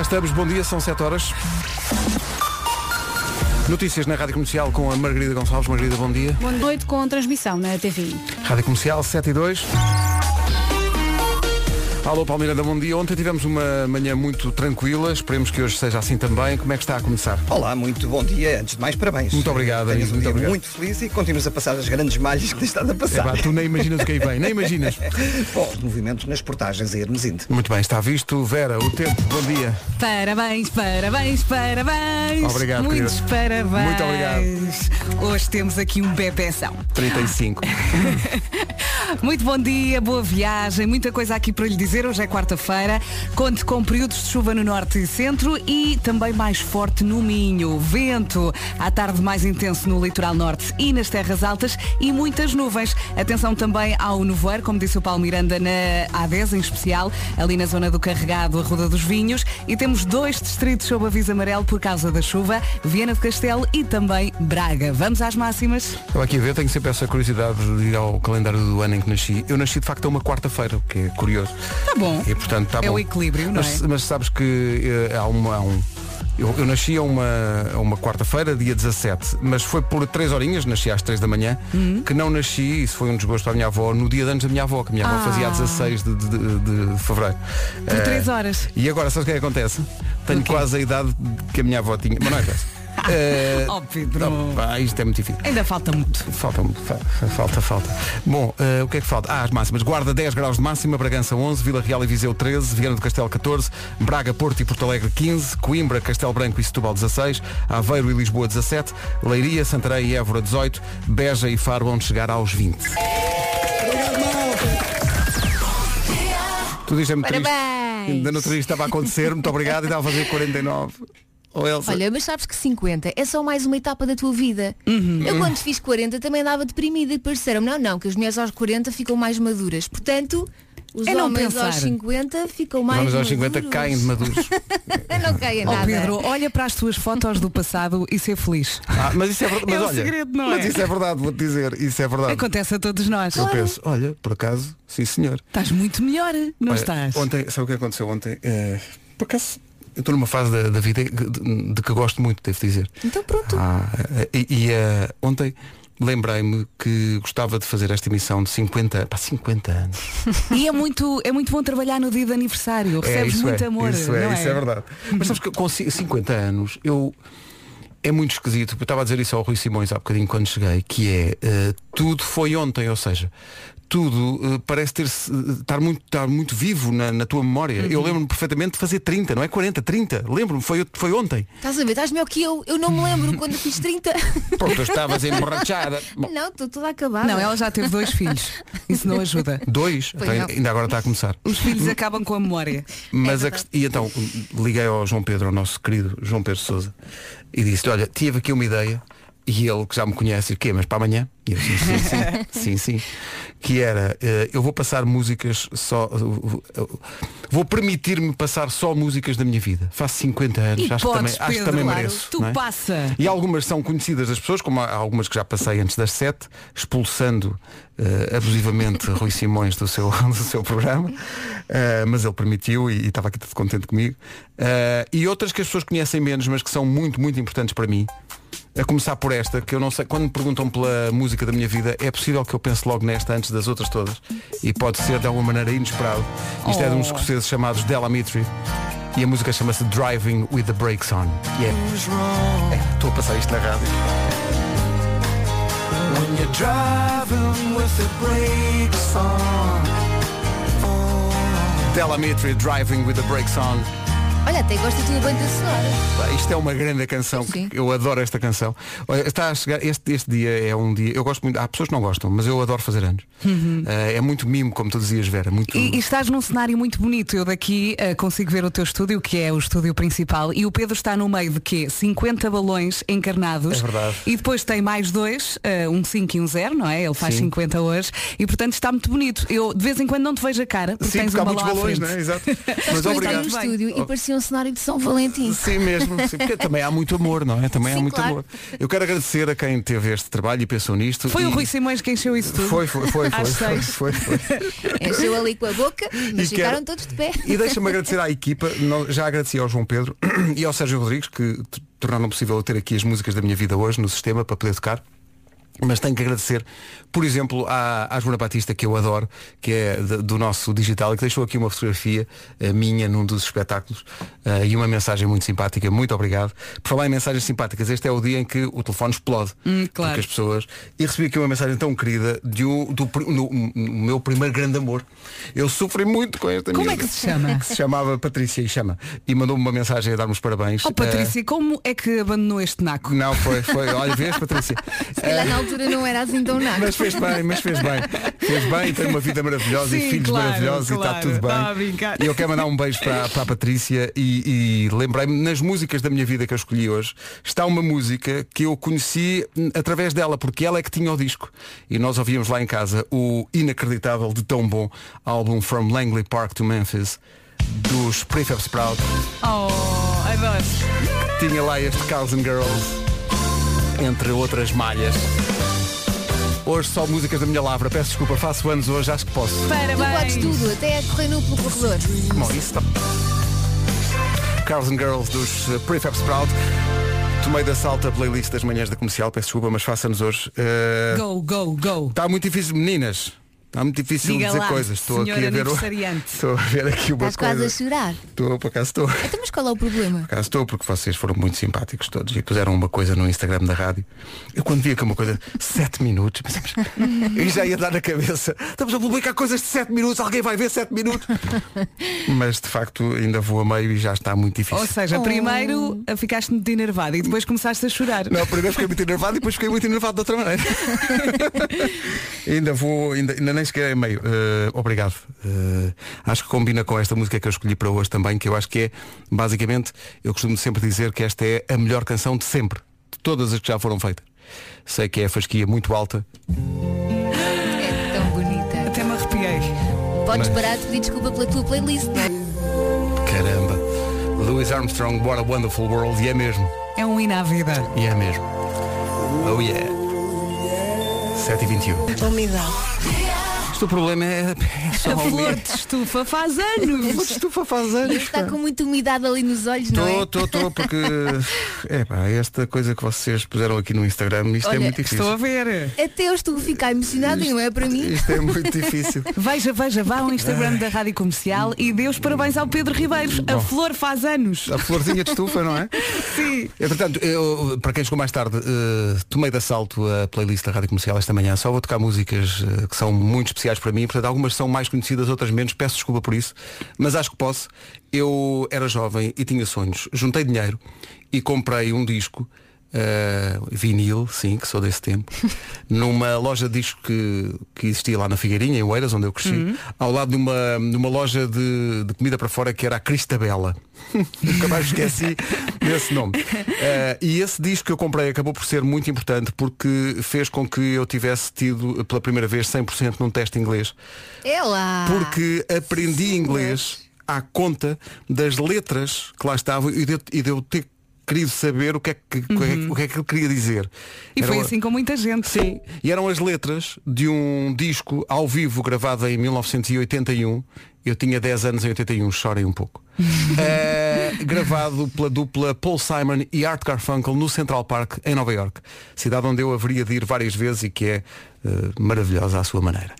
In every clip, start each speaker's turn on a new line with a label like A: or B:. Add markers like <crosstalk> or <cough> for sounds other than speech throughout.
A: estamos. Bom dia, são 7 horas. Notícias na Rádio Comercial com a Margarida Gonçalves. Margarida, bom dia.
B: Boa noite com transmissão na TV.
A: Rádio Comercial 7 e 2. Alô, Palmeira, bom dia. Ontem tivemos uma manhã muito tranquila. Esperemos que hoje seja assim também. Como é que está a começar?
C: Olá, muito bom dia. Antes de mais, parabéns.
A: Muito obrigado,
C: Tenhas um
A: amigo, muito
C: dia
A: obrigado.
C: muito feliz e continuas a passar as grandes malhas que tens estado a
A: É,
C: passar.
A: pá, tu nem imaginas o que aí vem, nem
C: <laughs>
A: imaginas.
C: Bom, movimentos nas portagens a Hermesinde.
A: Muito bem, está visto. Vera, o tempo, bom dia.
D: Parabéns, parabéns, parabéns.
A: Obrigado,
D: Muitos
A: querida.
D: parabéns.
A: Muito
D: obrigado. Hoje temos aqui um bebeção.
A: 35.
D: Muito bom dia, boa viagem, muita coisa aqui para lhe dizer. Hoje é quarta-feira. Conte com períodos de chuva no norte e centro e também mais forte no Minho. Vento à tarde mais intenso no litoral norte e nas terras altas e muitas nuvens. Atenção também ao nevoeiro, como disse o Paulo Miranda na A10 em especial, ali na zona do Carregado, a Ruda dos Vinhos. E temos dois distritos sob aviso amarelo por causa da chuva, Viana do Castelo e também Braga. Vamos às máximas?
A: Estava aqui a ver, tenho sempre essa curiosidade de ir ao calendário do ano em que nasci. Eu nasci de facto a uma quarta-feira, o que é curioso.
D: Tá bom.
A: E portanto está
D: É
A: bom.
D: o equilíbrio, não
A: mas,
D: é?
A: mas sabes que eh, há, uma, há um. Eu, eu nasci a uma, a uma quarta-feira, dia 17, mas foi por três horinhas, nasci às três da manhã,
D: Hum.
A: que não nasci, isso foi um desgosto para a minha avó, no dia de anos da minha avó, que a minha avó
D: Ah.
A: fazia a 16 de, de- de- de fevereiro.
D: Por
A: Eh,
D: três horas.
A: E agora, sabes o que é que acontece? Tenho quase a idade que a minha avó tinha.
D: <laughs>
A: Mas não é essa. Eh,
D: Oh, Pedro.
A: opá, isto é muito difícil.
D: Ainda falta muito.
A: Falta, fa- falta, falta. Bom, eh, o que é que falta? Ah, as máximas. Guarda 10 graus de máxima, Bragança 11, Vila Real e Viseu 13, Viana do Castelo 14, Braga, Porto e Porto Alegre 15, Coimbra, Castelo Branco e Setúbal 16, Aveiro e Lisboa 17, Leiria, Santarém e Évora 18, Beja e Faro vão chegar aos 20. Tudo isto é muito triste.
E: Parabéns.
A: Ainda no triste estava a acontecer, muito obrigado, e estava a fazer 49. Oh, Elsa.
E: Olha, mas sabes que 50 é só mais uma etapa da tua vida.
A: Uhum.
E: Eu quando fiz 40 também andava deprimida e depois disseram não, não, que as mulheres aos 40 ficam mais maduras. Portanto, os
D: É não
E: homens
D: pensar.
E: aos 50 ficam
A: Os
E: mais
A: homens aos
E: maduros.
A: 50 caem de Oh, maduros. <laughs>
E: não caem
D: Ó
E: nada.
D: Pedro, olha para as tuas fotos do passado e ser feliz.
A: Ah, mas isso é verdade. Mas
D: É o
A: olha,
D: segredo, não
A: mas
D: é?
A: isso é verdade, vou-te dizer. Isso é verdade.
D: Acontece a todos nós.
A: Eu penso, olha, por acaso, sim senhor.
D: Estás muito melhor, não
A: Olha,
D: estás?
A: Ontem, sabe o que aconteceu ontem? Eh, por acaso, eu estou numa fase da, da vida de, de que gosto muito, devo dizer.
E: Então pronto.
A: Ah, e e, eh, ontem lembrei-me que gostava de fazer esta emissão de 50, pá, 50 anos.
D: E é muito, é muito bom trabalhar no dia de aniversário. Recebes
A: É, isso
D: muito amor.
A: Isso é,
D: não
A: isso é verdade. Mas sabes que com ci- 50 anos eu. É muito esquisito, eu estava a dizer isso ao Rui Simões há bocadinho quando cheguei, que é eh, tudo foi ontem, ou seja, tudo eh, parece ter estar muito, estar muito vivo na, na tua memória. Eu lembro-me perfeitamente de fazer 30, não é 40, 30, lembro-me, foi, foi ontem.
E: Estás a ver? Estás melhor que eu. Eu não me lembro quando fiz 30.
A: Pronto, eu estavas emborrachada. <laughs> Bom,
E: não, estou toda acabada.
D: Não, ela já teve dois filhos. Isso não ajuda.
A: dois,
E: Pois
A: então
E: não.
A: ainda agora está a começar.
D: Os filhos acabam com a memória.
A: Mas a quest- e então liguei ao João Pedro, ao nosso querido João Pedro Souza, e disse, olha, tive aqui uma ideia, e ele que já me conhece, o quê? Mas para amanhã? E eu sim, sim,
D: <laughs>
A: sim, sim, sim. Que era, eh, eu vou passar músicas só. eh, Vou permitir-me passar só músicas da minha vida. Faço 50 anos,
D: E
A: acho, que também,
D: podes,
A: acho que
D: Pedro,
A: também
D: claro.
A: mereço.
D: Tu
A: não é?
D: passa.
A: E algumas são conhecidas das pessoas, como há algumas que já passei antes das sete, expulsando eh, abusivamente Rui Simões do seu, <laughs> do seu programa, Eh, mas ele permitiu e e estava aqui todo contente comigo. Eh, e outras que as pessoas conhecem menos, mas que são muito, muito importantes para mim. A começar por esta, que eu não sei, quando me perguntam pela música da minha vida, é possível que eu pense logo nesta antes das outras todas. E pode ser de alguma maneira inesperado. Isto é de uns
D: Oh.
A: escoceses chamados Delamitri. E a música chama-se Driving with the Brakes On. E é Estou a passar isto na rádio. Delamitri Driving with the Brakes On.
E: Olha, até gosto de tudo bem da sonora.
A: Pá, Isto é uma grande canção.
E: Sim.
A: Eu adoro esta canção. Olha, está a chegar. Este, este dia é um dia. Eu gosto muito. Há pessoas que não gostam, mas eu adoro fazer anos. Eh, é muito mimo, como tu dizias, Vera. Muito.
D: Uhum. E, e estás num cenário muito bonito. Eu daqui eh, consigo ver o teu estúdio, que é o estúdio principal, e o Pedro está no meio de quê? 50 balões encarnados.
A: É verdade.
D: E depois tem mais dois, eh, um 5 e um 0, não é? Ele faz
A: Sim.
D: 50 hoje. E portanto está muito bonito. Eu de vez em quando não te vejo a cara, porque
A: Sim,
D: tens
A: porque
D: um
A: há
D: balão
A: muitos
D: à
A: balões,
D: frente. <laughs> então
A: não é? Exato.
E: Estás
A: mas
E: com estar no
A: obrigado. Oh.
D: Bem.
E: estúdio e parecia um cenário de São
A: <laughs>
E: Valentim.
A: Sim mesmo, sim, porque também há muito amor, não é? Também há
E: Sim,
A: muito
E: claro.
A: amor. Eu quero agradecer a quem teve este trabalho e pensou nisto.
D: Foi
A: e...
D: o Rui Simões que encheu isso tudo.
A: Foi, foi, foi, foi,
D: Às
A: foi,
D: seis.
A: foi, foi.
E: Encheu ali com a boca, mas
A: E
E: ficaram
A: quero-
E: todos de pé.
A: E deixa-me agradecer à equipa, não- já agradeci ao João Pedro <clears throat> e ao Sérgio Rodrigues que t- tornaram possível eu ter aqui as músicas da minha vida hoje no sistema para poder tocar. Mas tenho que agradecer, por exemplo, à, à Joana Batista, que eu adoro, que é de- do nosso digital, e que deixou aqui uma fotografia eh, minha num dos espetáculos eh, e uma mensagem muito simpática. Muito obrigado. Por falar em mensagens simpáticas, este é o dia em que o telefone explode.
D: Hum, claro.
A: Porque as pessoas. E recebi aqui uma mensagem tão querida de um, do, pri- no- no- no meu primeiro grande amor. Eu sofri muito com esta
D: Como é
A: miúda <laughs>
D: que se chama?
A: que se chamava Patrícia e chama e mandou-me uma mensagem a dar-me os parabéns.
D: Oh Patrícia, como é que abandonou este
A: Eh,
D: naco?
A: não, foi, foi. Olha, vês,
D: <laughs>
A: Patrícia.
E: Se calhar na altura não era assim tão nada.
A: Mas fez bem, mas fez bem. Fez bem, tem uma vida maravilhosa e
D: Sim,
A: filhos
D: claro,
A: maravilhosos e está
D: claro.
A: tudo bem.
D: Estava a brincar.
A: E eu quero mandar um beijo para, para a Patrícia e, e lembrei-me, nas músicas da minha vida que eu escolhi hoje, está uma música que eu conheci hum, através dela, porque ela é que tinha o disco. E nós ouvíamos lá em casa o inacreditável de tão bom álbum From Langley Park to Memphis dos Prefab Sprout.
D: Oh, adoro.
A: Tinha lá este Cows and Girls Entre outras malhas Hoje só músicas da minha lavra Peço desculpa, faço anos hoje, acho que posso
E: Tu podes
D: Parabéns.
E: tudo, até a correr nu pelo corredor.
A: Bom, isso tá... Cows and Girls dos eh, Prefab Sprout Tomei de assalto a playlist das manhãs da comercial Peço desculpa, mas faça-nos hoje Está
D: Go, go, go.
A: muito difícil, meninas Está muito difícil
D: Diga
A: dizer
D: lá,
A: coisas Estou aqui
D: senhora
A: a ver o- <laughs>
D: aniversariante.
A: Estou a ver aqui uma
E: Estás Tá quase
A: coisa
E: a chorar.
A: Estou, por acaso estou
E: Então mas qual é o problema?
A: Por acaso estou, porque vocês foram muito simpáticos todos e puseram uma coisa no Instagram da rádio. Eu quando via que uma coisa, 7 minutos, mas, mas, eu já ia dar na cabeça. Estamos a publicar coisas de 7 minutos, alguém vai ver 7 minutos. mas de facto ainda vou a meio e já está muito
D: Ou
A: difícil.
D: seja,
E: Oh.
D: primeiro eh, ficaste muito enervada e depois começaste a chorar.
A: Não, primeiro fiquei muito enervado e depois fiquei muito enervado de outra maneira. ainda vou, ainda, ainda nem sequer é meio. Eh, obrigado. Eh, acho que combina com esta música que eu escolhi para hoje também, que eu acho que é, basicamente, eu costumo sempre dizer que esta é a melhor canção de sempre, de todas as que já foram feitas. Sei que é a fasquia muito alta.
E: É tão bonita.
D: Até me arrepiei.
A: Mas-
E: Podes parar de pedir desculpa pela tua playlist, não é?
A: Caramba. Louis Armstrong, What a Wonderful World, e é mesmo.
D: É um hino à vida.
A: E é mesmo. Oh yeah. 7h21. Isto o problema é, é só
D: A
A: o
D: flor de estufa faz <laughs> anos.
A: estufa faz anos.
E: Está com muita umidade ali nos olhos, não
A: Estou, estou,
E: é?
A: estou,
E: <laughs>
A: porque é pá, esta coisa que vocês puseram aqui no Instagram, isto é
E: Olha,
A: muito difícil.
D: Estou a ver.
E: Até eu estou a ficar emocionada e não é para mim.
A: Isto é
E: <laughs>
A: muito difícil.
D: Veja, veja, vá ao Instagram da Rádio Comercial e dê os parabéns ao Pedro Ribeiros. A
A: Bom.
D: flor faz anos.
A: A florzinha de estufa, não é?
D: Sim.
A: Entretanto, eu, para quem chegou mais tarde, eh, tomei de assalto a playlist da Rádio Comercial esta manhã. Só vou tocar músicas eh, que são muito especiais para mim. Portanto, algumas são mais conhecidas, outras menos. Peço desculpa por isso. Mas acho que posso. Eu era jovem e tinha sonhos. Juntei dinheiro e comprei um disco. eh, vinil, sim, que sou desse tempo numa loja de disco que, que existia lá na Figueirinha, em Oeiras, onde eu cresci ao lado de uma, de uma loja de, de comida para fora que era a Cristabela <laughs> nunca mais esqueci desse nome Eh, e esse disco que eu comprei acabou por ser muito importante porque fez com que eu tivesse tido pela primeira vez 100% num teste inglês
E: É lá.
A: porque aprendi inglês à conta das letras que lá estavam e de, e de eu ter querido saber o que é que, o que é que- o que é que ele queria dizer.
D: Uhum. E
A: Era
D: foi
A: uma-
D: assim com muita gente.
A: Sim, e eram as letras de um disco ao vivo gravado em 1981. Eu tinha 10 anos em 81, chorem um
D: <laughs>
A: pouco. Eh, gravado pela dupla Paul Simon e Art Garfunkel no Central Park, em Nova York. Cidade onde eu haveria de ir várias vezes e que é eh, maravilhosa à sua maneira.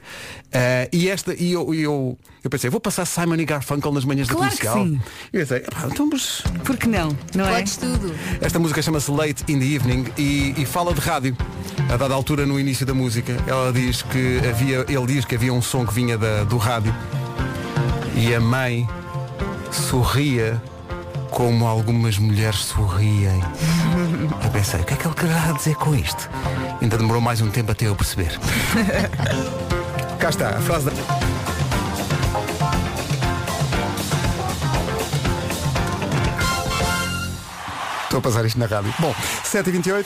A: Eh, e esta, e eu, e eu, eu pensei, vou passar Simon e Garfunkel nas manhãs da
D: Claro que
A: comercial.
D: sim.
A: E eu pensei, "Epá, então, mas
D: Por que não? Não é?
E: Podes tudo.
A: esta música chama-se Late in the Evening e, e fala de rádio. A dada altura, no início da música, ela diz que havia, ele diz que havia um som que vinha da- do rádio e a mãe sorria como algumas mulheres sorriem. Eu pensei, o que é que ele querá dizer com isto? Ainda demorou mais um tempo até eu perceber. <laughs> Cá está, a frase da... Estou a passar isto na rádio. Bom, 7h28.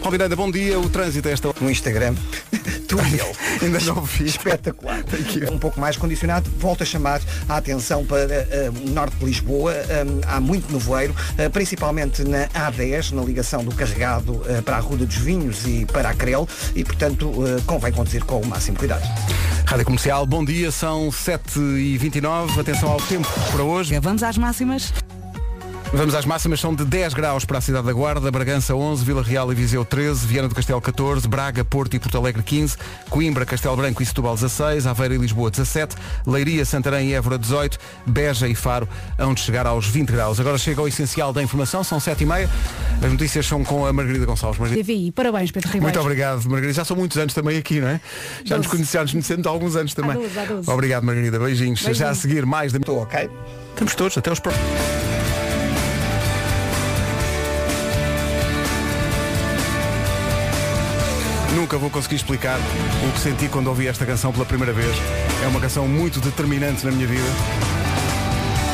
A: Paulo Miranda, bom dia. O trânsito a esta hora.
C: No Instagram <laughs> Tu e eu.
A: <laughs> Ainda não o fiz.
C: Espetacular.
A: <laughs> Thank you.
C: Um pouco mais condicionado, volto a chamar a atenção para eh, o norte de Lisboa. Eh, há muito nevoeiro, eh, principalmente na A10, na ligação do carregado eh, para a Ruda dos Vinhos e para a Crel. E, portanto, eh, convém conduzir com o máximo cuidado.
A: Rádio Comercial, bom dia, são 7h29, atenção ao tempo para hoje.
D: Vamos às máximas?
A: Vamos às máximas, são de 10 graus para a cidade da Guarda, Bragança 11, Vila Real e Viseu 13, Viana do Castelo 14, Braga, Porto e Porto Alegre 15, Coimbra, Castelo Branco e Setúbal 16, Aveiro e Lisboa 17, Leiria, Santarém e Évora 18, Beja e Faro hão de chegar aos 20 graus. Agora chega ao essencial da informação, são 7h30, as notícias são com a Margarida Gonçalves. Margarida,
B: TVI. Parabéns, Pedro Ribeiro.
A: Muito obrigado, Margarida. Já são muitos anos também aqui, não é? Já nos
B: Doze.
A: conhecemos, já nos conhecemos há alguns anos também.
B: doze, há doze.
A: Obrigado, Margarida. Beijinhos. Já a seguir mais da
C: Estou ok?
A: Estamos todos, até os próximos. Nunca vou conseguir explicar o que senti quando ouvi esta canção pela primeira vez. É uma canção muito determinante na minha vida.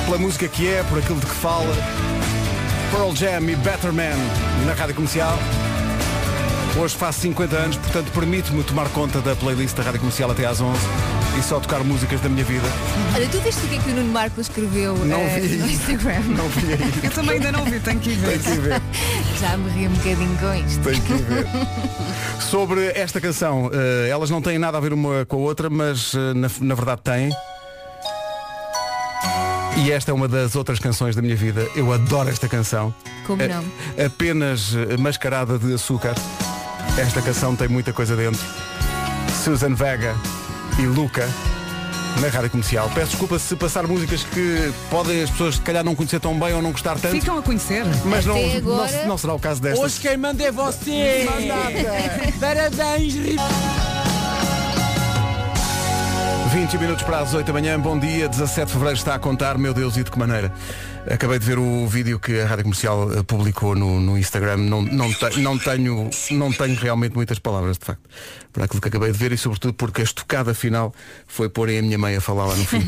A: Pela música que é, por aquilo de que fala. Pearl Jam e Better Man na rádio comercial. Hoje faço 50 anos, portanto permite-me tomar conta da playlist da rádio comercial até às 11 e só tocar músicas da minha vida.
E: Olha, tu viste o que é que o Nuno Marco escreveu
A: Não
E: eh,
A: vi.
E: no Instagram?
A: <laughs> Não vi aí.
D: Eu também ainda não vi, tenho que ir ver.
A: Tem que ir ver.
E: Já me ri um bocadinho com isto.
A: Tem que ver. Sobre esta canção, eh, elas não têm nada a ver uma com a outra, mas eh, na, na verdade têm. E esta é uma das outras canções da minha vida. Eu adoro esta canção.
E: Como
A: Eh,
E: não?
A: Apenas eh, mascarada de açúcar. Esta canção tem muita coisa dentro. Susan Vega e Luca na rádio comercial. Peço desculpa se passar músicas que podem as pessoas se calhar não conhecer tão bem ou não gostar tanto.
D: Ficam a conhecer.
A: Mas não,
E: Até
A: não-
E: agora-
A: não será o caso desta.
F: Hoje quem manda é você! Parabéns, Ribeiro!
A: 20 minutos para as 8 da manhã, bom dia, 17 de Fevereiro está a contar, meu Deus, e de que maneira? Acabei de ver o vídeo que a Rádio Comercial eh, publicou no, no Instagram, não, não, te- não, tenho, não tenho realmente muitas palavras, de facto, para aquilo que acabei de ver e sobretudo porque a estocada final foi porem a minha mãe a falar lá no fim.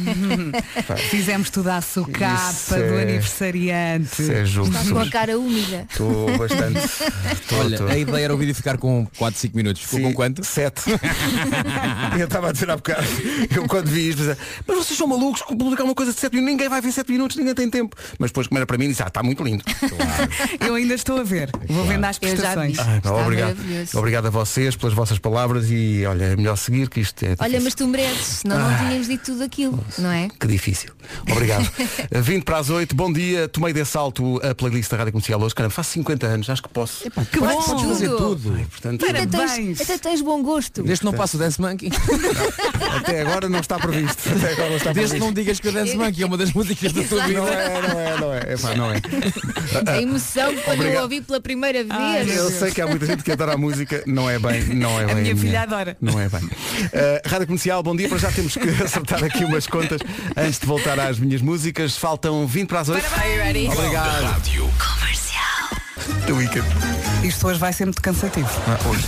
D: Fizemos tudo à
A: Isso
D: socapa
A: é-
D: do aniversariante.
A: Isso é jogo.
E: Está com a cara úmida.
A: Estou bastante.
E: <laughs>
A: Estou,
F: Olha,
A: estou.
F: a ideia era o vídeo ficar com 4, 5 minutos. Ficou
A: Sim,
F: com quanto?
A: <laughs> Sete. eu estava a dizer há bocado, eu quando vi isto, pensei, mas vocês são malucos que publicar uma coisa de sete minutos, ninguém vai ver sete minutos, ninguém tem tempo. Mas depois como era para mim, disse, ah, está muito lindo.
D: Eu ainda estou a ver. Vou vendo às
E: Eu já vi.
D: prestações.
A: Ai, pá,
E: Está
A: Ah, obrigado.
E: maravilhoso.
A: Obrigado a vocês pelas vossas palavras e olha, é melhor seguir que isto é.
E: Olha,
A: difícil.
E: mas tu mereces, senão não tínhamos dito tudo aquilo, não é?
A: Que difícil. <laughs> Obrigado. 20 para as 8, bom dia. Tomei de assalto a playlist da Rádio Comercial hoje. Caramba, faz 50 anos, acho que posso.
D: Que bom!
E: Podes
F: fazer tudo.
A: E, portanto,
E: Até
D: Parabéns.
E: tens, até tens bom gosto.
F: Desde que não passo o Dance Monkey.
A: até agora não está previsto. <laughs> Até agora não está
F: Desde
A: previsto.
F: que não digas que o Dance Monkey é uma das músicas da tua
A: Não
F: vida.
A: é, não é, não é. Epá, não é.
E: <laughs> A emoção quando
A: Obrigado.
E: eu ouvi pela primeira vez.
D: Ai, meu
A: Eu sei que há muita gente que adora a música, não é bem, não é bem.
D: minha filha adora.
A: Não é bem. Uh, Rádio Comercial, bom dia, para já temos que <laughs> acertar aqui umas contas antes de voltar às minhas músicas. Faltam 20 para as 8. Obrigado. Rádio Comercial. Weekend.
D: Isto hoje vai ser muito cansativo.
A: Ah, hoje.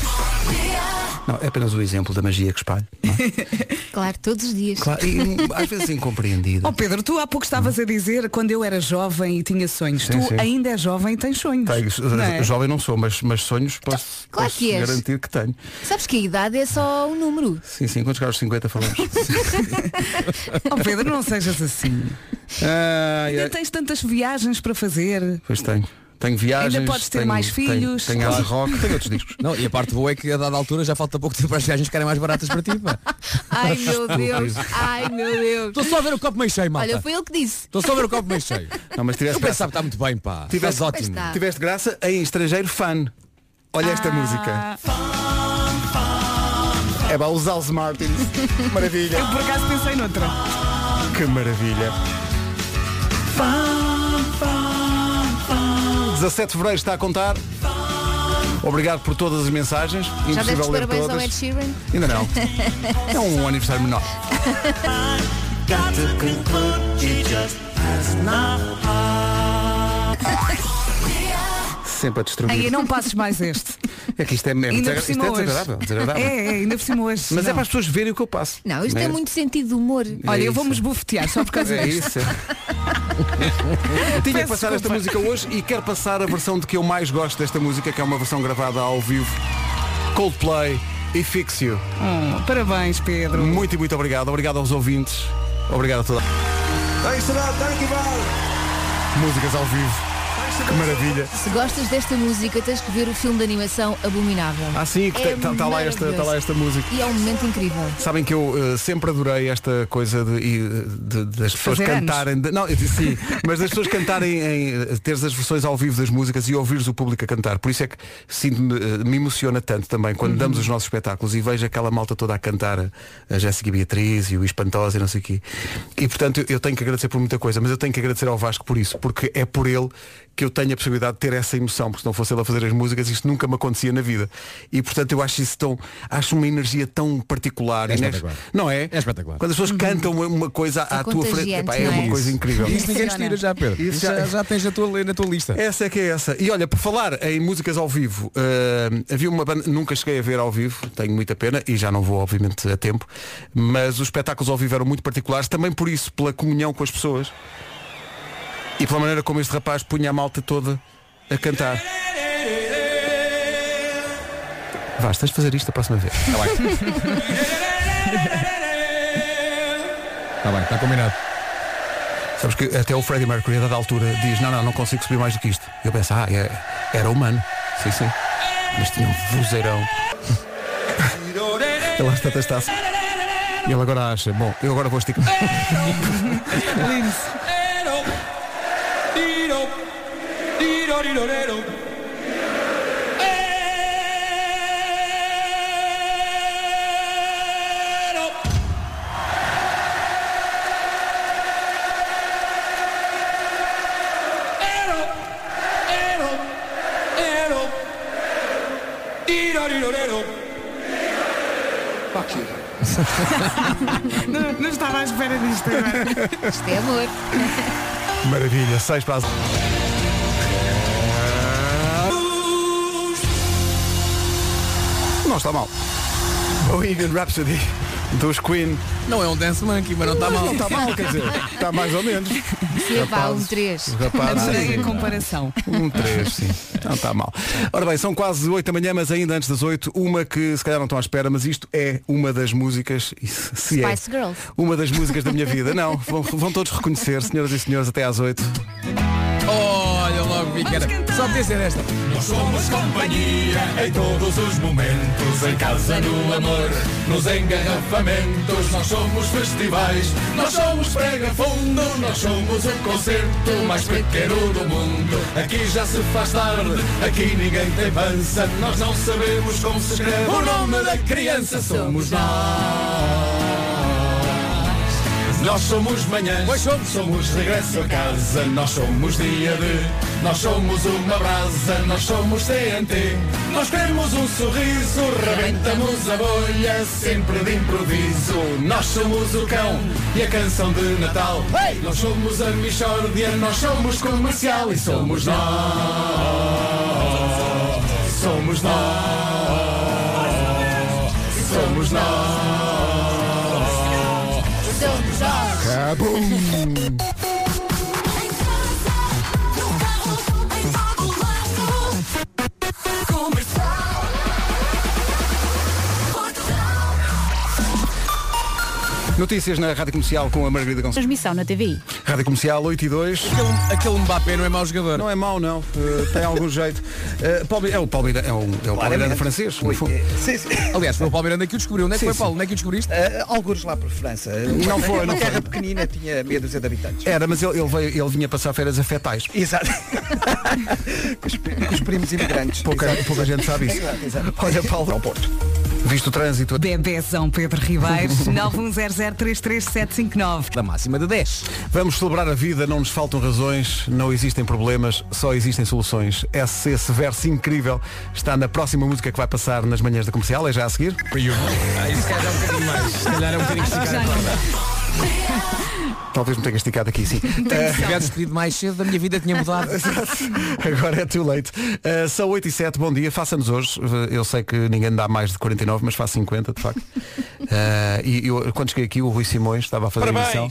A: Não, é apenas o exemplo da magia que espalho. Ah,
E: Claro, todos os dias.
A: Claro, e, hum, às vezes incompreendido.
D: Oh Pedro, tu há pouco estavas a dizer quando eu era jovem e tinha sonhos.
A: Sim,
D: tu
A: sim.
D: ainda é jovem e tens sonhos.
A: Tenho, <laughs>
D: não é?
A: Jovem não sou, mas, mas sonhos posso,
E: Claro
A: posso
E: que és.
A: garantir que tenho.
E: Sabes que a idade é só um número.
A: Sim, sim, quando chegar aos 50
D: <laughs>
A: falamos.
D: Oh Pedro, não sejas assim.
A: <laughs> Ah,
D: Ainda tens tantas viagens para fazer.
A: Pois tenho. Tenho viagens.
D: Ainda podes ter
A: tenho-
D: mais
A: tenho-
D: filhos.
A: Tenho, hard rock, tenho outros discos.
F: Não, e a parte boa é que a dada altura já falta pouco tempo para as viagens ficarem mais baratas para ti. pá.
E: Ai meu Deus, ai meu Deus.
F: Estou só a ver o copo meio cheio,
E: Olha,
F: malta.
E: foi ele que disse.
F: Estou só a ver o copo meio cheio.
A: Não, mas
F: Eu
A: tiveste
F: pensava
A: graça.
F: que está muito bem, pá.
A: Tiveste-
F: Estás ótimo.
E: Pois está.
A: Tiveste graça em estrangeiro fan. Olha
E: Ah.
A: esta música. É pá, os Alves
E: <laughs>
A: Martins. Maravilha.
D: Eu por acaso pensei noutra.
A: Que maravilha. 17 de Fevereiro está a contar. Obrigado por todas as mensagens.
E: Já deste
A: Impossível
E: os
A: ler
E: parabéns ao
A: todas.
E: Ed Sheeran?
A: Ainda
D: <laughs>
A: não. É um aniversário menor. Sempre a
D: Aí
A: destruir.
D: não passes mais este.
A: É que isto é mesmo.
D: ainda por
A: Isto é
D: cima hoje.
A: desagradável. desagradável.
D: É, é, ainda por cima hoje.
A: Mas é
D: Não.
A: para as pessoas verem o que eu passo.
E: Não, isto é
A: Né?
E: muito sentido de humor.
D: Olha, eu
A: isso.
D: vou-me esbofetear só por causa
A: É
D: disto. <laughs>
A: isso. Tinha que
D: Peço
A: passar esta
D: desculpa.
A: música hoje e quero passar a versão de que eu mais gosto desta música, que é uma versão gravada ao vivo. Coldplay e Fixio.
D: Hum, parabéns, Pedro.
A: Muito e muito obrigado. Obrigado aos ouvintes. Obrigado a toda. Músicas ao vivo. Que maravilha.
E: Se gostas desta música, tens que ver o filme de animação Abominável.
A: Ah, sim, que
E: É
A: tem- tá- tá lá esta- tá lá esta música.
E: E é um momento incrível.
A: Sabem que eu eh, sempre adorei esta coisa de, e, eh, de- das pessoas
D: Fazer anos.
A: cantarem. de- não, eu disse sim, mas das pessoas cantarem em. eh, teres as versões ao vivo das músicas e ouvires o público a cantar. Por isso é que sinto-me, eh, me emociona tanto também quando damos os nossos espetáculos e vejo aquela malta toda a cantar, eh, a Jéssica Beatriz e o Espantosa e não sei o quê. E portanto eu tenho que agradecer por muita coisa, mas eu tenho que agradecer ao Vasco por isso, porque é por ele que eu tenho a possibilidade de ter essa emoção, porque se não fosse ele a fazer as músicas, isto nunca me acontecia na vida. E portanto eu acho isso tão, acho uma energia tão particular.
F: É
A: E
F: espetacular.
A: Não é?
F: É espetacular.
A: Quando as pessoas cantam uma- uma coisa à tua frente,
E: contagiante,
A: epá, é
E: não
A: uma
E: é?
A: coisa incrível.
F: Isso ninguém te tira já, Pedro.
A: Isso
F: Isso
A: já-
F: já, já tens na tua, na tua lista.
A: Essa é que é essa. E olha, por falar em músicas ao vivo, eh, havia uma banda, nunca cheguei a ver ao vivo, tenho muita pena e já não vou, obviamente, a tempo, mas os espetáculos ao vivo eram muito particulares, também por isso, pela comunhão com as pessoas e pela maneira como este rapaz punha a malta toda a cantar. Vais, tens de fazer isto a próxima vez.
F: Está bem, está combinado.
A: Sabes que até o Freddie Mercury, a dada altura, diz Não, não, não consigo subir mais do que isto Eu penso, ah, é- era humano Sim, sim Mas tinha um <laughs> vozeirão Ele às tantas está E ele agora acha Bom, eu agora vou esticar
D: Não, não estava à espera
A: <laughs>
D: disto agora.
E: Isto é amor.
A: Maravilha, 6 para as... Não está mal Bohemian Rhapsody dos Queen
F: Não é um dance monkey, mas não está mal.
A: Não está mal, quer dizer Está mais ou
E: <laughs>
A: menos
E: Se é pá, um 3.
A: Rapaz,
D: Adorei a comparação.
A: Um 3, sim. Não está mal. Ora bem, são quase 8 da manhã, mas ainda antes das 8, uma que se calhar não estão à espera, mas isto é uma das músicas. e se- Se é,
E: Spice Girls.
A: uma das músicas da minha vida. Não, vão, vão todos reconhecer, senhoras e senhores, até às 8.
F: Olha logo, vi que era. Só podia ser esta.
G: Nós somos companhia em todos os momentos, em casa, no amor, nos engarrafamentos, nós somos festivais, nós somos prega fundo, nós somos o concerto mais pequeno do mundo. Aqui já se faz tarde, aqui ninguém tem pança, nós não sabemos como se escreve o nome da criança, somos nós. Nós somos manhãs, pois somos, somos regresso a casa, nós somos dia de, nós somos uma brasa, nós somos TNT, nós queremos um sorriso, rebentamos a bolha, sempre de improviso, nós somos o cão e a canção de Natal, nós somos a Michórdia, nós somos comercial e somos nós, somos nós, somos nós.
A: Notícias na Rádio Comercial com a Margarida Gonçalves.
B: Transmissão na TVI.
A: Rádio Comercial 8 e 2.
F: Aquele, aquele Mbappé não é mau jogador.
A: Não é mau, não. Eh, tem algum jeito. Eh, Paulo- é o Paulo Miranda, é o, é o Paulo Miranda francês. no fundo.
C: eh, Sim, sim.
F: Aliás, foi o Paulo Miranda que o descobriu. Onde é que
A: Sim,
F: foi,
A: sim.
F: Paulo? Onde é que o descobriste?
C: Ah, algures lá por França.
A: Não foi,
C: Uma
A: não
C: terra
A: foi.
C: pequenina tinha meia dúzia de habitantes.
A: Era, mas ele, ele veio- ele vinha passar férias a fetais.
H: <laughs>
C: Exato. com, os, pri- com os primos imigrantes.
A: Pouca,
C: Exato,
A: pouca gente sabe isso.
C: Exato, exato.
A: <laughs> Olha, Paulo. Ao Porto. Visto o trânsito
D: Bebezão Pedro um Ribeiro, <laughs> 910033759.
F: Da máxima de 10.
A: Vamos celebrar a vida, não nos faltam razões, não existem problemas, só existem soluções. Esse, esse verso incrível está na próxima música que vai passar nas manhãs da comercial, é já a seguir.
F: Ah, isso se calhar é um bocadinho mais. Se calhar é
A: <laughs>
F: um bocadinho esticado.
A: Talvez me tenha esticado aqui, sim.
F: Se tivesse escolhido mais cedo, a minha vida
A: <laughs>
F: tinha mudado.
A: Agora é too late. Uh, são 8 e 7, bom dia, faça-nos hoje. Uh, Eu sei que ninguém dá mais de 49, mas faz 50, de facto. Uh, e eu, quando cheguei aqui, o Rui Simões estava a fazer a emissão.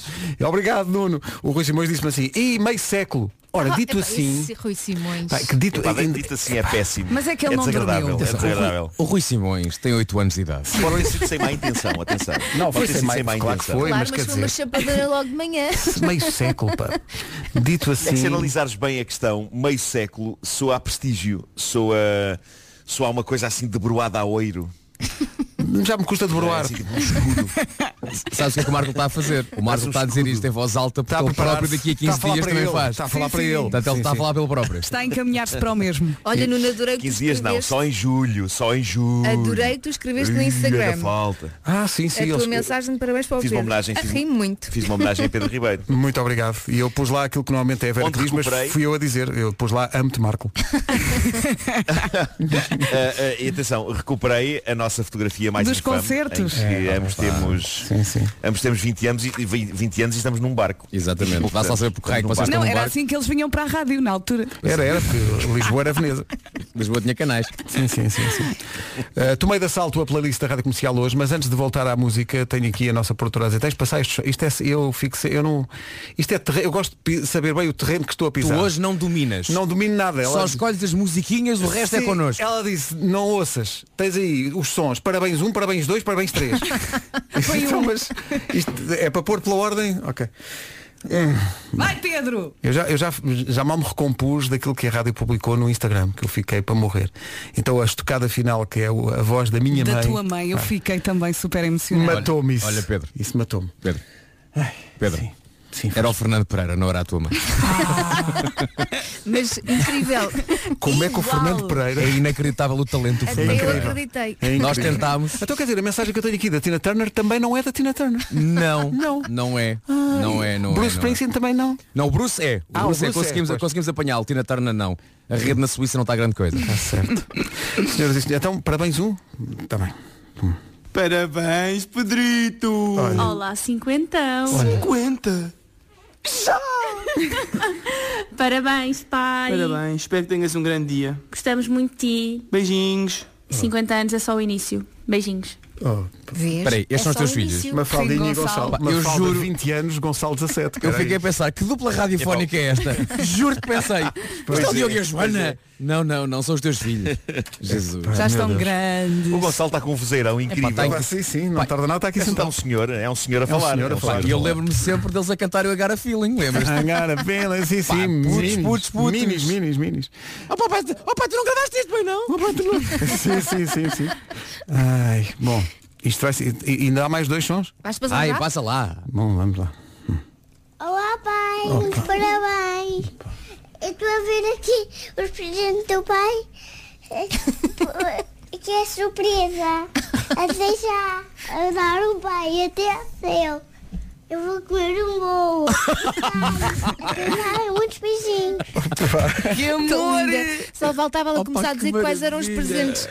A: Obrigado, Nuno. O Rui Simões disse-me assim, e meio século. Ora,
E: Ah,
A: dito
E: epá,
A: assim.
E: esse Rui Simões.
A: Pá, que dito,
H: Pá, bem,
A: ainda-
H: dito assim é péssimo.
D: Mas é que ele
H: é
D: não dormiu.
H: desagradável, é
D: Atenção,
H: desagradável.
F: O Rui Simões tem 8 anos de idade.
H: Pode ter sido sem má intenção, atenção.
A: Não,
H: Pode
A: foi
H: ter
A: sem
H: sido
A: mais, claro que
H: intenção.
A: foi,
E: claro,
A: mas
E: mas
A: quer
E: foi uma
A: dizer,
E: chapadeira logo de manhã.
A: meio século, pá. Dito
H: É que se
A: assim,
H: analisares bem a questão, meio século, soa a prestígio, soa, soa a uma coisa assim debruada a oiro.
A: já me custa debruar.
C: É,
H: Assim, tipo
C: <laughs>
H: um escudo.
F: Sabes o que é que o Marco está a fazer? O Marco está a dizer isto em voz alta porque
A: um Está a
F: ele
A: preparar-se.
F: próprio daqui a
A: Está
F: 15
A: a falar
F: dias
A: para
F: também
A: ele.
F: faz.
A: Está a falar
F: Sim,
A: para
F: sim.
A: ele.
F: Portanto, ele
A: Sim,
F: está a
A: sim.
F: falar pelo próprio.
D: Está a encaminhar-se para
A: <laughs>
D: o mesmo.
E: Olha, Nuno, adorei que tu
H: 15 dias não,
E: escreveste-
H: só em julho, só em julho.
E: Adorei que tu escreveste no
H: Ih,
E: Instagram.
H: era falta.
A: Ah, sim, sim.
E: É A tua
A: eles-
E: mensagem de parabéns para o
H: Fiz
E: Pedro.
H: uma homenagem, fiz,
E: Arri muito.
H: fiz uma homenagem a Pedro Ribeiro.
A: Muito obrigado. E eu pus lá aquilo que normalmente é a Vera
H: Onde
A: que diz, mas
H: recuperei.
A: fui eu a dizer. Eu pus lá amo-te, Marco.
H: Ah, ah, e atenção, recuperei a nossa fotografia mais
D: Dos
H: infame,
D: concertos.
H: em que
F: É,
H: ambos, temos,
A: Sim, sim.
H: ambos temos 20 anos e, e 20 anos e estamos num barco.
F: Exatamente. Vá só saber porque raio que
H: Num
F: vocês
H: barco.
A: um
F: estão
D: Não,
F: no
D: era
F: barco.
D: assim que eles vinham para a rádio na altura.
A: Era, era, porque Lisboa era Veneza.
F: Lisboa tinha canais.
A: Sim, sim, sim. sim. Uh, tomei de assalto a playlist da Rádio Comercial hoje, mas antes de voltar à música, tenho aqui a nossa produtora a dizer, tens de passar isto, isto é, eu fico, eu não, isto é terreno, eu gosto de pi- saber bem o terreno que estou a
F: Tu
A: pisar.
F: hoje não dominas.
A: Não domino nada. Ela,
F: Só escolhes as musiquinhas, o resto é
A: Sim,
F: connosco.
A: Ela disse, não ouças, tens aí os sons, parabéns um, parabéns dois, parabéns três. então, mas isto é para pôr pela ordem? Ok.
D: Vai, Pedro!
A: Eu já, eu já, já mal me recompus daquilo que a rádio publicou no Instagram, que eu fiquei para morrer. Então a estocada final, que é o- a voz da minha
D: Da
A: mãe. Ah.
D: tua mãe, eu
A: pá,
D: fiquei também super emocionada.
A: Matou-me isso.
F: Olha, Pedro.
A: Isso matou-me.
F: Pedro. Pedro.
A: Sim. Sim,
F: Era o Fernando Pereira, não era a tua mãe.
E: Mas incrível.
A: <laughs> Como é que o
E: Igual.
A: Fernando Pereira.
F: É inacreditável o talento do
E: Até
F: Fernando
E: eu
F: Pereira.
E: acreditei.
A: <laughs> É incrível.
F: Nós tentámos.
A: Então quer dizer, a mensagem que eu tenho aqui da Tina Turner também não é da Tina Turner.
F: Não,
A: Não.
F: não, é. Não é, não
A: Bruce
F: é. não é.
A: Springsteen também não.
F: Não, o Bruce é. O
A: Ah, o
F: Bruce é.
A: Bruce é,
F: Conseguimos,
A: pois.
F: conseguimos apanhá-lo. Tina Turner não. A rede na Suíça não está grande coisa.
A: Está Tá
F: <laughs>
A: certo. Senhoras e senhores, então parabéns um. Está bem.
G: Parabéns, Pedrito!
I: Olá, cinquentão.
G: Aguenta!
I: Parabéns, pai.
G: Parabéns, espero que tenhas um grande dia.
I: Gostamos muito de ti.
G: Beijinhos!
I: 50 anos é só o início. Beijinhos.
E: Vês?
F: Espera aí, estes
E: É
F: são os
E: só
F: teus
E: o
F: filhos?
E: início.
A: Mafaldinha
D: Sim,
A: e
D: Gonçalo.
A: Gonçalo.
F: Pá, eu
A: Mafalda,
F: juro.
A: 20 anos, Gonçalo 17.
F: Eu
A: Peraí.
F: fiquei a pensar, que dupla radiofónica é esta? <laughs> Juro que pensei. Estão o Diogo e a Joana? Não, não, não são os teus <laughs> filhos. Jesus.
D: Já estão grandes.
H: O Gonçalo está com um vozeirão
G: É
H: incrível.
F: tá
A: Ah, sim, sim, não tarda nada, está aqui
H: Está
A: sentado.
H: um senhor, é um senhor a falar.
A: senhor a
H: é um
A: falar.
H: senhor
F: E eu lembro-me sempre deles a cantar o I Got a Feeling, lembras?
A: <laughs> Agora, pela, sim,
F: Pá,
A: sim.
F: putos,
A: minis,
F: putos, putos.
A: Minis, minis, minis.
F: Oh pá, pai, tu- oh, pá, tu não gravaste isto bem não?
A: <laughs> sim, sim, sim, sim. Ai, bom, isto vai ser. e- e Ainda há mais dois sons?
E: Vais
F: <laughs>
E: passar
F: Ai,
E: já?
F: passa lá.
A: Bom, vamos lá.
J: Olá, pai. Parabéns. Eu estou a ver aqui os presentes do teu pai. <laughs> Que é surpresa. Até já. A dar o pai até ao céu. Eu vou comer um <laughs> bolo. Ai, ai, Muitos beijinhos.
D: Que
E: Tão
D: amor!
E: linda. Só faltava ela começar a dizer quais eram os presentes.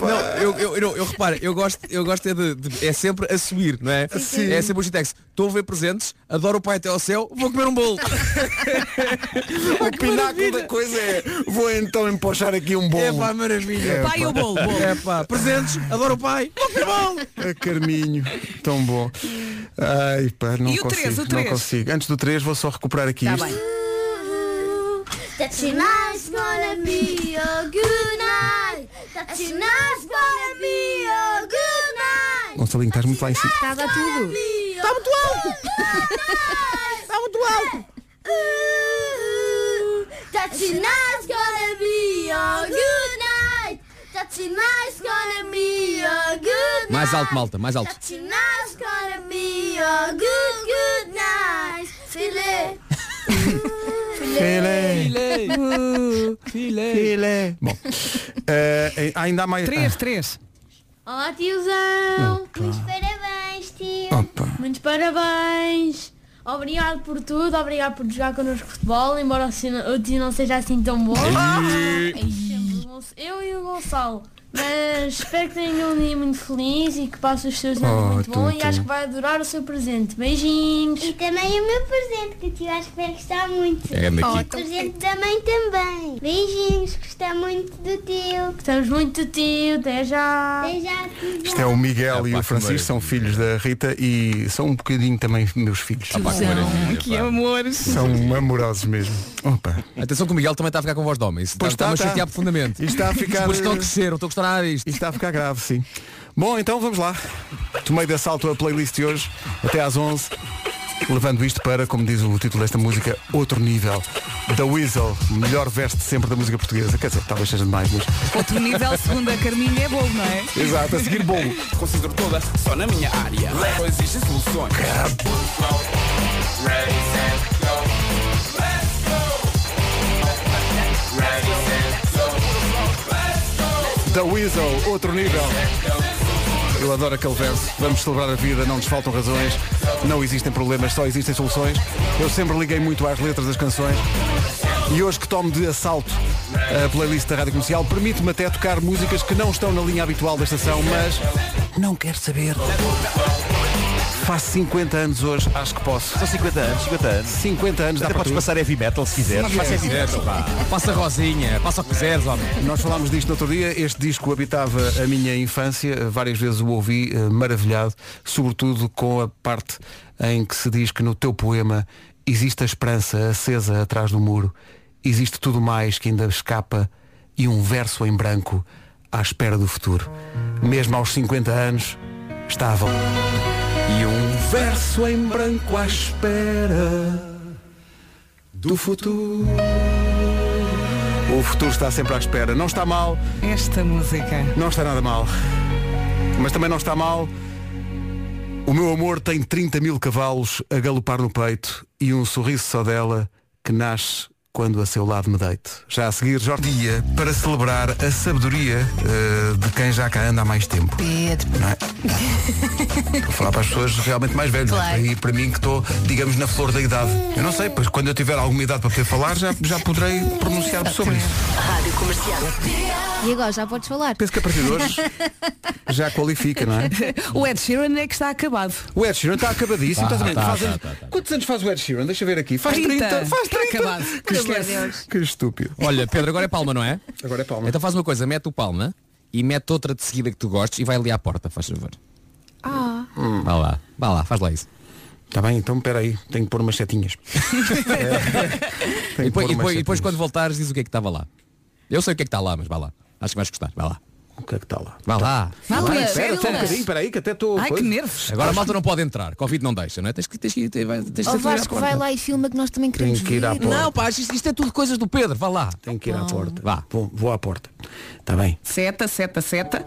F: Não, eu, eu, eu, eu reparo, eu gosto, eu gosto é, de, de- é sempre a subir, não é? É sempre o Gitex. Estou a ver presentes, adoro o pai até ao céu, vou comer um <laughs> bolo.
A: O pináculo da coisa é. Vou então empochar aqui um
F: É
A: bolo.
F: pá, maravilha.
D: Pai ou bolo? bolo.
F: É pá, presentes, adoro o pai, vou comer bolo.
A: A Carminho, tão bom. Ai, pá, não
D: E o três,
A: consigo,
D: o três? Tá
A: não consigo. Antes do 3 vou só recuperar aqui isto.
J: That's a nice gonna be a good night. That's a nice gonna be a good night.
A: Gonçalinho, estás muito lá em cima.
E: Está a dar tudo.
J: Está muito alto! Está muito alto! uh, That tonight's gonna be a good night! That tonight's gonna be a good night!
F: Mais alto, malta, mais alto.
J: That tonight's gonna be a good, good night!
F: <laughs>
J: Filé!
A: Filé, filé. Bom, eh, ainda há mais.
D: Três, três.
J: Olá, tiozão! Muitos parabéns, tio!
A: Opa.
J: Muitos parabéns! Obrigado por tudo, obrigado por jogar connosco futebol, embora o tio não seja assim tão bom. Eu e o Gonçalo
K: Mas espero que tenham um dia muito feliz e que passem os seus
A: Oh,
K: anos muito bom
A: Tutu.
K: e acho que vai adorar o seu presente. Beijinhos!
J: E também o meu presente, que o tio acho que vai gostar muito.
K: É, anda aqui.
J: o presente da mãe também. Beijinhos, gostar muito do tio.
K: Gostamos muito do tio, até já!
J: Até já, tio.
A: Isto é o Miguel e o Francisco, são filhos da Rita e são um bocadinho também meus filhos.
D: Ah, pá, que Tiozão, maravilha,
A: É
D: que pá. amores.
A: São amorosos mesmo. Opa.
F: Atenção que o Miguel também está a ficar com voz de homem. Isso
A: Pois
F: está,
A: está,
F: a
A: está.
F: chatear profundamente.
A: Isto está a ficar-
F: Depois estão a crescer, não estou a gostar nada disto.
A: Isto está a ficar grave, sim. Bom, então vamos lá. Tomei de assalto a playlist de hoje, até às 11, levando isto para, como diz o título desta música, outro nível. Da Weasel, melhor veste sempre da música portuguesa. Quer dizer, talvez seja demais, mas...
D: Outro nível, segundo a Carminha, é bolo, não é?
A: Exato, a seguir bolo.
G: Considero toda só na minha área. Não existem soluções.
A: Da Weasel, outro nível. Eu adoro aquele verso. Vamos celebrar a vida, não nos faltam razões. Não existem problemas, só existem soluções. Eu sempre liguei muito às letras das canções. E hoje que tomo de assalto a playlist da Rádio Comercial, permite-me até tocar músicas que não estão na linha habitual da estação, mas não quero saber. Faz 50 anos hoje, acho que posso. São 50 anos, 50 anos. 50
F: Tá
A: anos, dá
H: Até
A: para
H: podes
A: tudo.
H: passar heavy metal se quiseres.
A: Sim,
H: Faça
A: é.
H: heavy metal, pá.
F: Passa Rosinha, passa o que quiseres, homem.
A: Nós falámos disto no outro dia, este disco habitava a minha infância, várias vezes o ouvi eh, maravilhado, sobretudo com a parte em que se diz que no teu poema existe a esperança acesa atrás do muro, existe tudo mais que ainda escapa e um verso em branco à espera do futuro. Mesmo aos 50 anos, estavam. E um verso em branco à espera do futuro. O futuro está sempre à espera. Não está mal.
D: Esta música.
A: Não está nada mal. Mas também não está mal. O meu amor tem 30 mil cavalos a galopar no peito e um sorriso só dela que nasce quando a seu lado me deito. Já a seguir, Jorge. Dia para celebrar a sabedoria eh, de quem já cá anda há mais tempo.
L: Pedro.
A: Não é? Vou falar para as pessoas realmente mais velhas. é?
L: Claro.
A: E para mim que estou, digamos, na flor da idade. Eu não sei, pois quando eu tiver alguma idade para poder falar, já, já poderei pronunciar-me sobre isso.
L: Rádio Comercial.
E: E agora já podes falar.
A: Penso que a partir de hoje já qualifica, não é?
D: O Ed Sheeran é que está acabado.
A: O Ed Sheeran está acabadíssimo.
D: Tá,
A: estás a ver?
D: tá,
A: Faz
D: tá,
A: anos-
D: tá, tá.
A: Quantos anos faz o Ed Sheeran? Deixa eu ver aqui. Faz 30.
D: 30.
A: Faz 30.
D: Está Tá acabado.
A: Que
D: Pelo amor de
A: esquece.
D: Deus.
A: Que estúpido.
F: Olha, Pedro, agora é palma, não é?
A: Agora é palma.
F: Então faz uma coisa, mete o palma e mete outra de seguida que tu gostes e vai ali à porta, faz favor.
L: Ah.
A: Hum.
F: Vá lá, vá lá, faz lá isso.
A: Está bem, então espera aí, tenho que pôr umas
F: <laughs>
A: setinhas. É.
F: E depois,
A: pôr
F: e depois-
A: umas
F: e depois quando voltares diz o que é que estava lá. Eu sei o que é que está lá, mas vá lá. Acho que vais gostar, vá lá.
A: O que é que está lá?
F: Vá lá.
A: Vá lá,
F: Vai,
A: espera, só um bocadinho, espera aí que até estou. coisa.
F: Agora a malta não pode entrar, Covid não deixa, não é? Tens que, tens que, tens, que- tens que
E: Ó
F: ir à
E: Vasco,
F: porta.
E: vai lá e filma que nós também queremos
A: que ir à
E: ver.
A: porta.
F: Não, pá, isto, isto é tudo coisas do Pedro, vá lá.
A: Tenho que ir à
F: Não.
A: porta. Vá. Vou, vou à porta. Está bem.
D: Seta, seta, seta.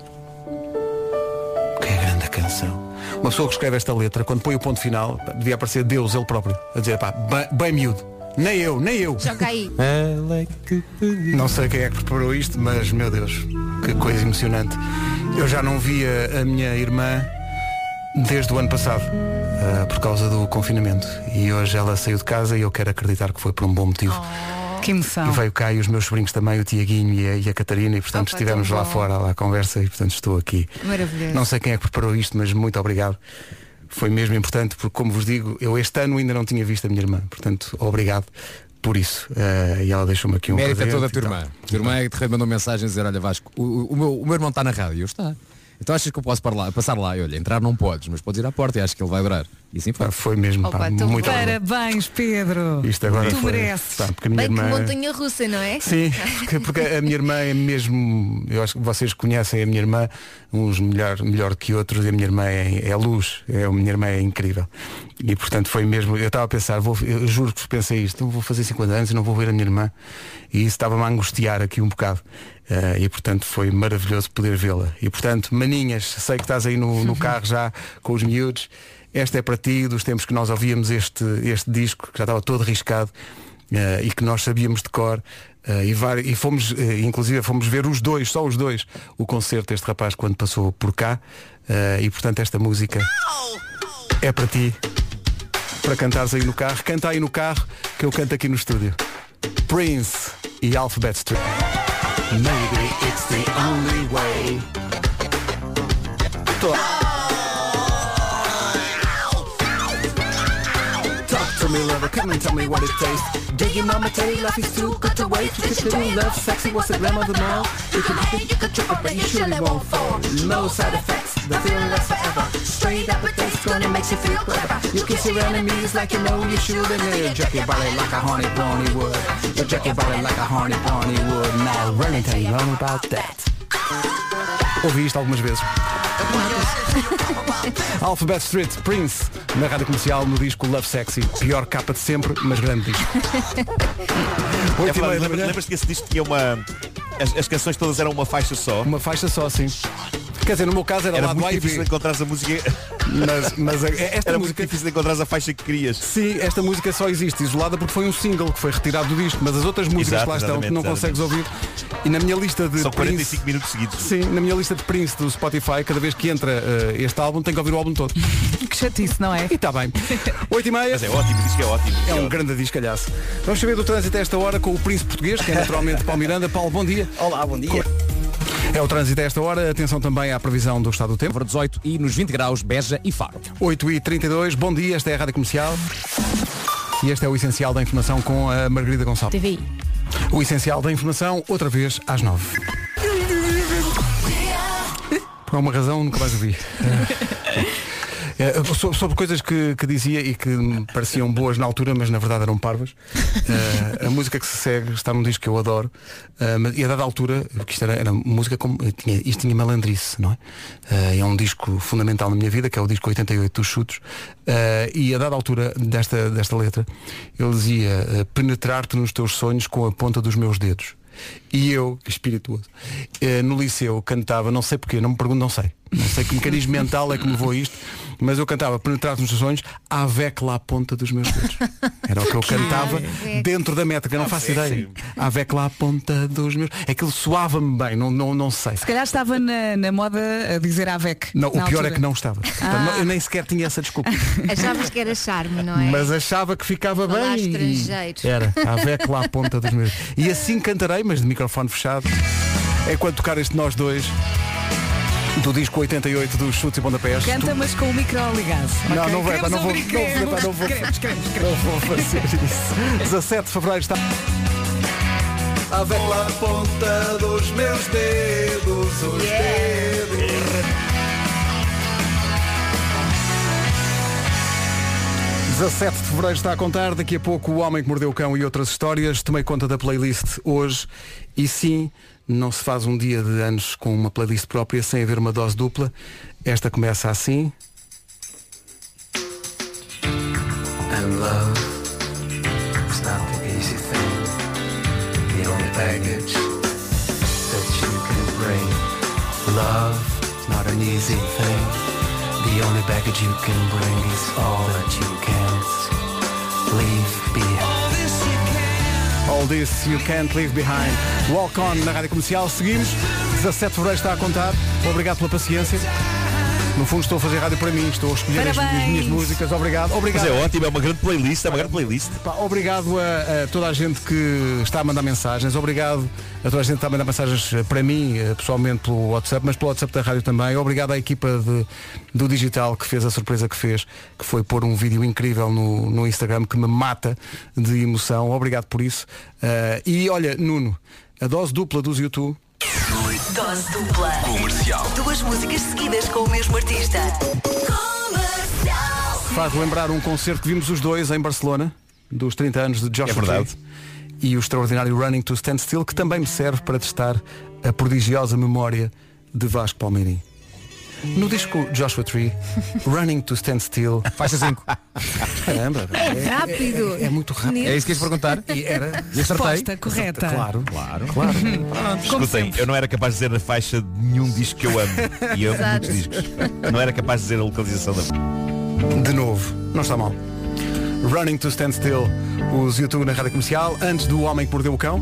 A: Que é grande a canção. Uma pessoa que escreve esta letra, quando põe o ponto final, pá, devia aparecer Deus ele próprio. A dizer, pá, bem, bem miúdo. Nem eu, nem eu.
E: Joga
A: É
E: aí.
A: Não sei quem é que preparou isto, mas meu Deus, que coisa emocionante. Eu já não via a minha irmã desde o ano passado, ah, por causa do confinamento. E hoje ela saiu de casa e eu quero acreditar que foi por um bom motivo.
D: Que emoção.
A: E veio cá e os meus sobrinhos também, o Tiaguinho e a, e a Catarina, e portanto
D: Opa,
A: estivemos
D: tão
A: lá
D: bom.
A: fora lá à conversa e portanto estou aqui.
D: Maravilhoso.
A: Não sei quem é que preparou isto, mas muito obrigado. Foi mesmo importante, porque como vos digo, eu este ano ainda não tinha visto a minha irmã, portanto, obrigado por isso. Ah, e ela deixou-me aqui um
F: Mérito a
A: presente
F: toda a
A: e
F: tua
A: tal.
F: irmã. A tua irmã é que te mandou mensagem a dizer, olha Vasco, o, o- o meu, o meu irmão está na rádio, e eu está. Então achas que eu posso par lá- passar lá? E olha, entrar não podes, mas podes ir à porta e acho que ele vai adorar. E assim foi.
A: Foi mesmo,
F: pá,
D: Parabéns, Pedro.
A: Isto agora
D: tu
A: foi,
D: mereces.
A: pá, porque a minha
E: Bem que
A: irmã-
E: montanha russa,
A: <laughs>
E: não é?
A: Sim, porque, porque a minha irmã é mesmo, eu acho que vocês conhecem a minha irmã, uns melhor, melhor que outros, e a minha irmã é, é luz, é, a minha irmã é incrível. E portanto foi mesmo, eu estava a pensar, vou, eu juro que pensei isto, eu vou fazer 50 anos e não vou ver a minha irmã. E isso estava-me a angustiar aqui um bocado. Eh, e portanto foi maravilhoso poder vê-la. E portanto, maninhas, sei que estás aí no, no carro já com os miúdos. Esta é para ti, dos tempos que nós ouvíamos este, este disco, que já estava todo riscado. Eh, e que nós sabíamos de cor eh, e, vari- e fomos, eh, inclusive fomos ver os dois, só os dois, o concerto deste rapaz quando passou por cá Eh, e portanto esta música é para ti, para cantares aí no carro, canta aí no carro que eu canto aqui no estúdio. Prince e Alphabet Street. Maybe it's the
G: the only way. Talk. Talk to me, lover, come and tell me what it tastes. Do your mama tell you life is too good to wait? You can do love, sexy, what's the glamour of them all? You can hate, you can trip, but you surely won't fall. No side effects, the feeling lasts forever. Straight up it tastes good, it makes you feel clever. You kiss your enemies like you know you should, and then jerk your body like a horny pony would. You jerk your body like a horny pony would. Now run and tell you all about that.
A: Ouvi isto algumas vezes. Alphabet Street Prince, na rádio comercial, no disco Love Sexy. Pior capa de sempre, mas grande disco.
H: É verdade, lembra- Lembras-te que esse disco tinha uma. As, as canções todas eram uma faixa só.
A: Uma faixa só, sim. Quer dizer, no meu caso era,
H: Era
A: lado
H: muito
A: A e B.
H: difícil encontrar a música.
A: Mas,
H: <laughs>
A: mas a- esta música-
H: Era muito difícil encontrar a faixa que querias.
A: Sim, esta música só existe isolada porque foi um single que foi retirado do disco, mas as outras músicas
H: Exato,
A: que lá estão que
H: exatamente,
A: não consegues ouvir. E na minha lista de
H: São
A: Prince,
H: 45 minutos seguidos.
A: sim, na minha lista de Prince do Spotify, cada vez que entra eh, este álbum, tenho que ouvir o álbum todo.
D: Que chatice, não é?
A: E está
H: <laughs>
A: bem. 8 e meia.
H: Mas é ótimo, diz que é ótimo.
A: É um grande discalhaço. Vamos saber do trânsito a esta hora com o Príncipe Português, que é naturalmente Paulo Miranda. Paulo, bom dia.
C: Olá, bom dia.
A: É o trânsito a esta hora. Atenção também à previsão do estado do tempo. 18 e nos 20 graus, Beja e Faro. 8 e 32, bom dia. Esta é a Rádio Comercial. E este é o Essencial da Informação com a Margarida Gonçalves.
B: TV.
A: O Essencial da Informação, outra vez, às 9. Por alguma razão, nunca mais ouvi. É, é, so- sobre coisas que, que dizia e que me pareciam boas na altura, mas na verdade eram parvas. É, a música que se segue está num disco que eu adoro. é, mas- e a dada altura, porque isto era, era música como. Tinha, isto tinha malandrice, não é? É, é um disco fundamental na minha vida, que é o disco 88 dos Chutos. É, e a dada altura desta, desta letra, ele dizia é, penetrar-te nos teus sonhos com a ponta dos meus dedos. E eu, que espirituoso, eh, no liceu cantava, não sei porquê, não me pergunto, não sei. Não sei que mecanismo mental é que me levou a isto, mas eu cantava penetrar nos seus sonhos, avec lá a ponta dos meus dedos. Era o que eu cantava
G: Avec.
A: dentro da métrica, não faço
G: Avec,
A: ideia. Avec lá a ponta dos meus. Aquilo soava-me bem, não, não, não sei.
D: Se calhar estava na, na moda a dizer AVEC.
A: Não, o
D: na
A: pior
D: altura.
A: é que não estava. Portanto, não- Eu nem sequer tinha essa
D: <laughs>
A: desculpa.
E: Achavas que era charme, não é?
A: Mas achava que ficava
E: Falar
A: bem.
E: estrangeiro.
A: Era,
D: <laughs>
A: a Vec lá à ponta dos meus. E assim cantarei, mas de microfone fechado. É quando tocar este Nós Dois, do disco 88 dos Chutes e Pontapés.
D: Canta, mas com o micro ligado.
A: Não,
D: Ok?
A: não vai, pá,
D: Queremos
A: não vou- não
D: ouvir,
A: vou, pá,
D: queremos,
A: não vou-
D: queremos, queremos,
A: Tu- Não vou fazer isso. 17 de Fevereiro está.
G: A ver lá a ponta dos meus dedos, os dedos.
A: 17 de Fevereiro está a contar, daqui a pouco o Homem que Mordeu o Cão e outras histórias. Tomei conta da playlist hoje e sim, não se faz um dia de anos com uma playlist própria sem haver uma dose dupla. Esta começa assim.
G: And love is not the easy thing. The only baggage that you can bring. Love is not an easy thing. The only baggage you can bring is all that you can't leave behind.
A: All this you can't leave behind. Walk on na rádio comercial. Seguimos. 17 de fevereiro está a contar. Obrigado pela paciência. No fundo estou a fazer rádio para mim, estou a escolher as, as minhas
H: Parabéns.
A: músicas. Obrigado.
H: Mas
A: Obrigado.
H: é ótimo, é uma grande playlist, é uma grande playlist.
A: Pá, obrigado a, a toda a gente que está a mandar mensagens, obrigado a toda a gente que está a mandar mensagens eh, para mim, eh, pessoalmente pelo WhatsApp, mas pelo WhatsApp da rádio também. Obrigado à equipa de- do digital que fez a surpresa que fez, que foi pôr um vídeo incrível no, no Instagram que me mata de emoção. Obrigado por isso. Eh, e olha, Nuno, a dose dupla dos YouTube.
L: Dose dupla.
A: Comercial.
L: Duas músicas seguidas com o mesmo artista.
A: Faz lembrar um concerto que vimos os dois em Barcelona, dos 30 anos de Joshua
H: É verdade.
A: Tree, e o extraordinário Running to Stand Still, que também me serve para testar a prodigiosa memória de Vasco Palmeirim. No disco Joshua
E: <laughs>
A: Tree, Running to Stand Still. Faixa 5. Caramba. é-
E: Rápido.
A: É, é muito rápido.
E: Netos.
A: E era.
H: E acertei.
E: Resposta correta.
A: Claro,
H: claro.
A: claro.
H: Escutem, eu não era capaz de dizer a faixa de nenhum disco que eu amo. E eu amo
A: Exato.
H: muitos discos. Não era capaz de dizer a localização da.
A: De novo, não está mal. Running to Stand Still, os YouTube na rádio comercial, antes do Homem que Mordeu o Cão,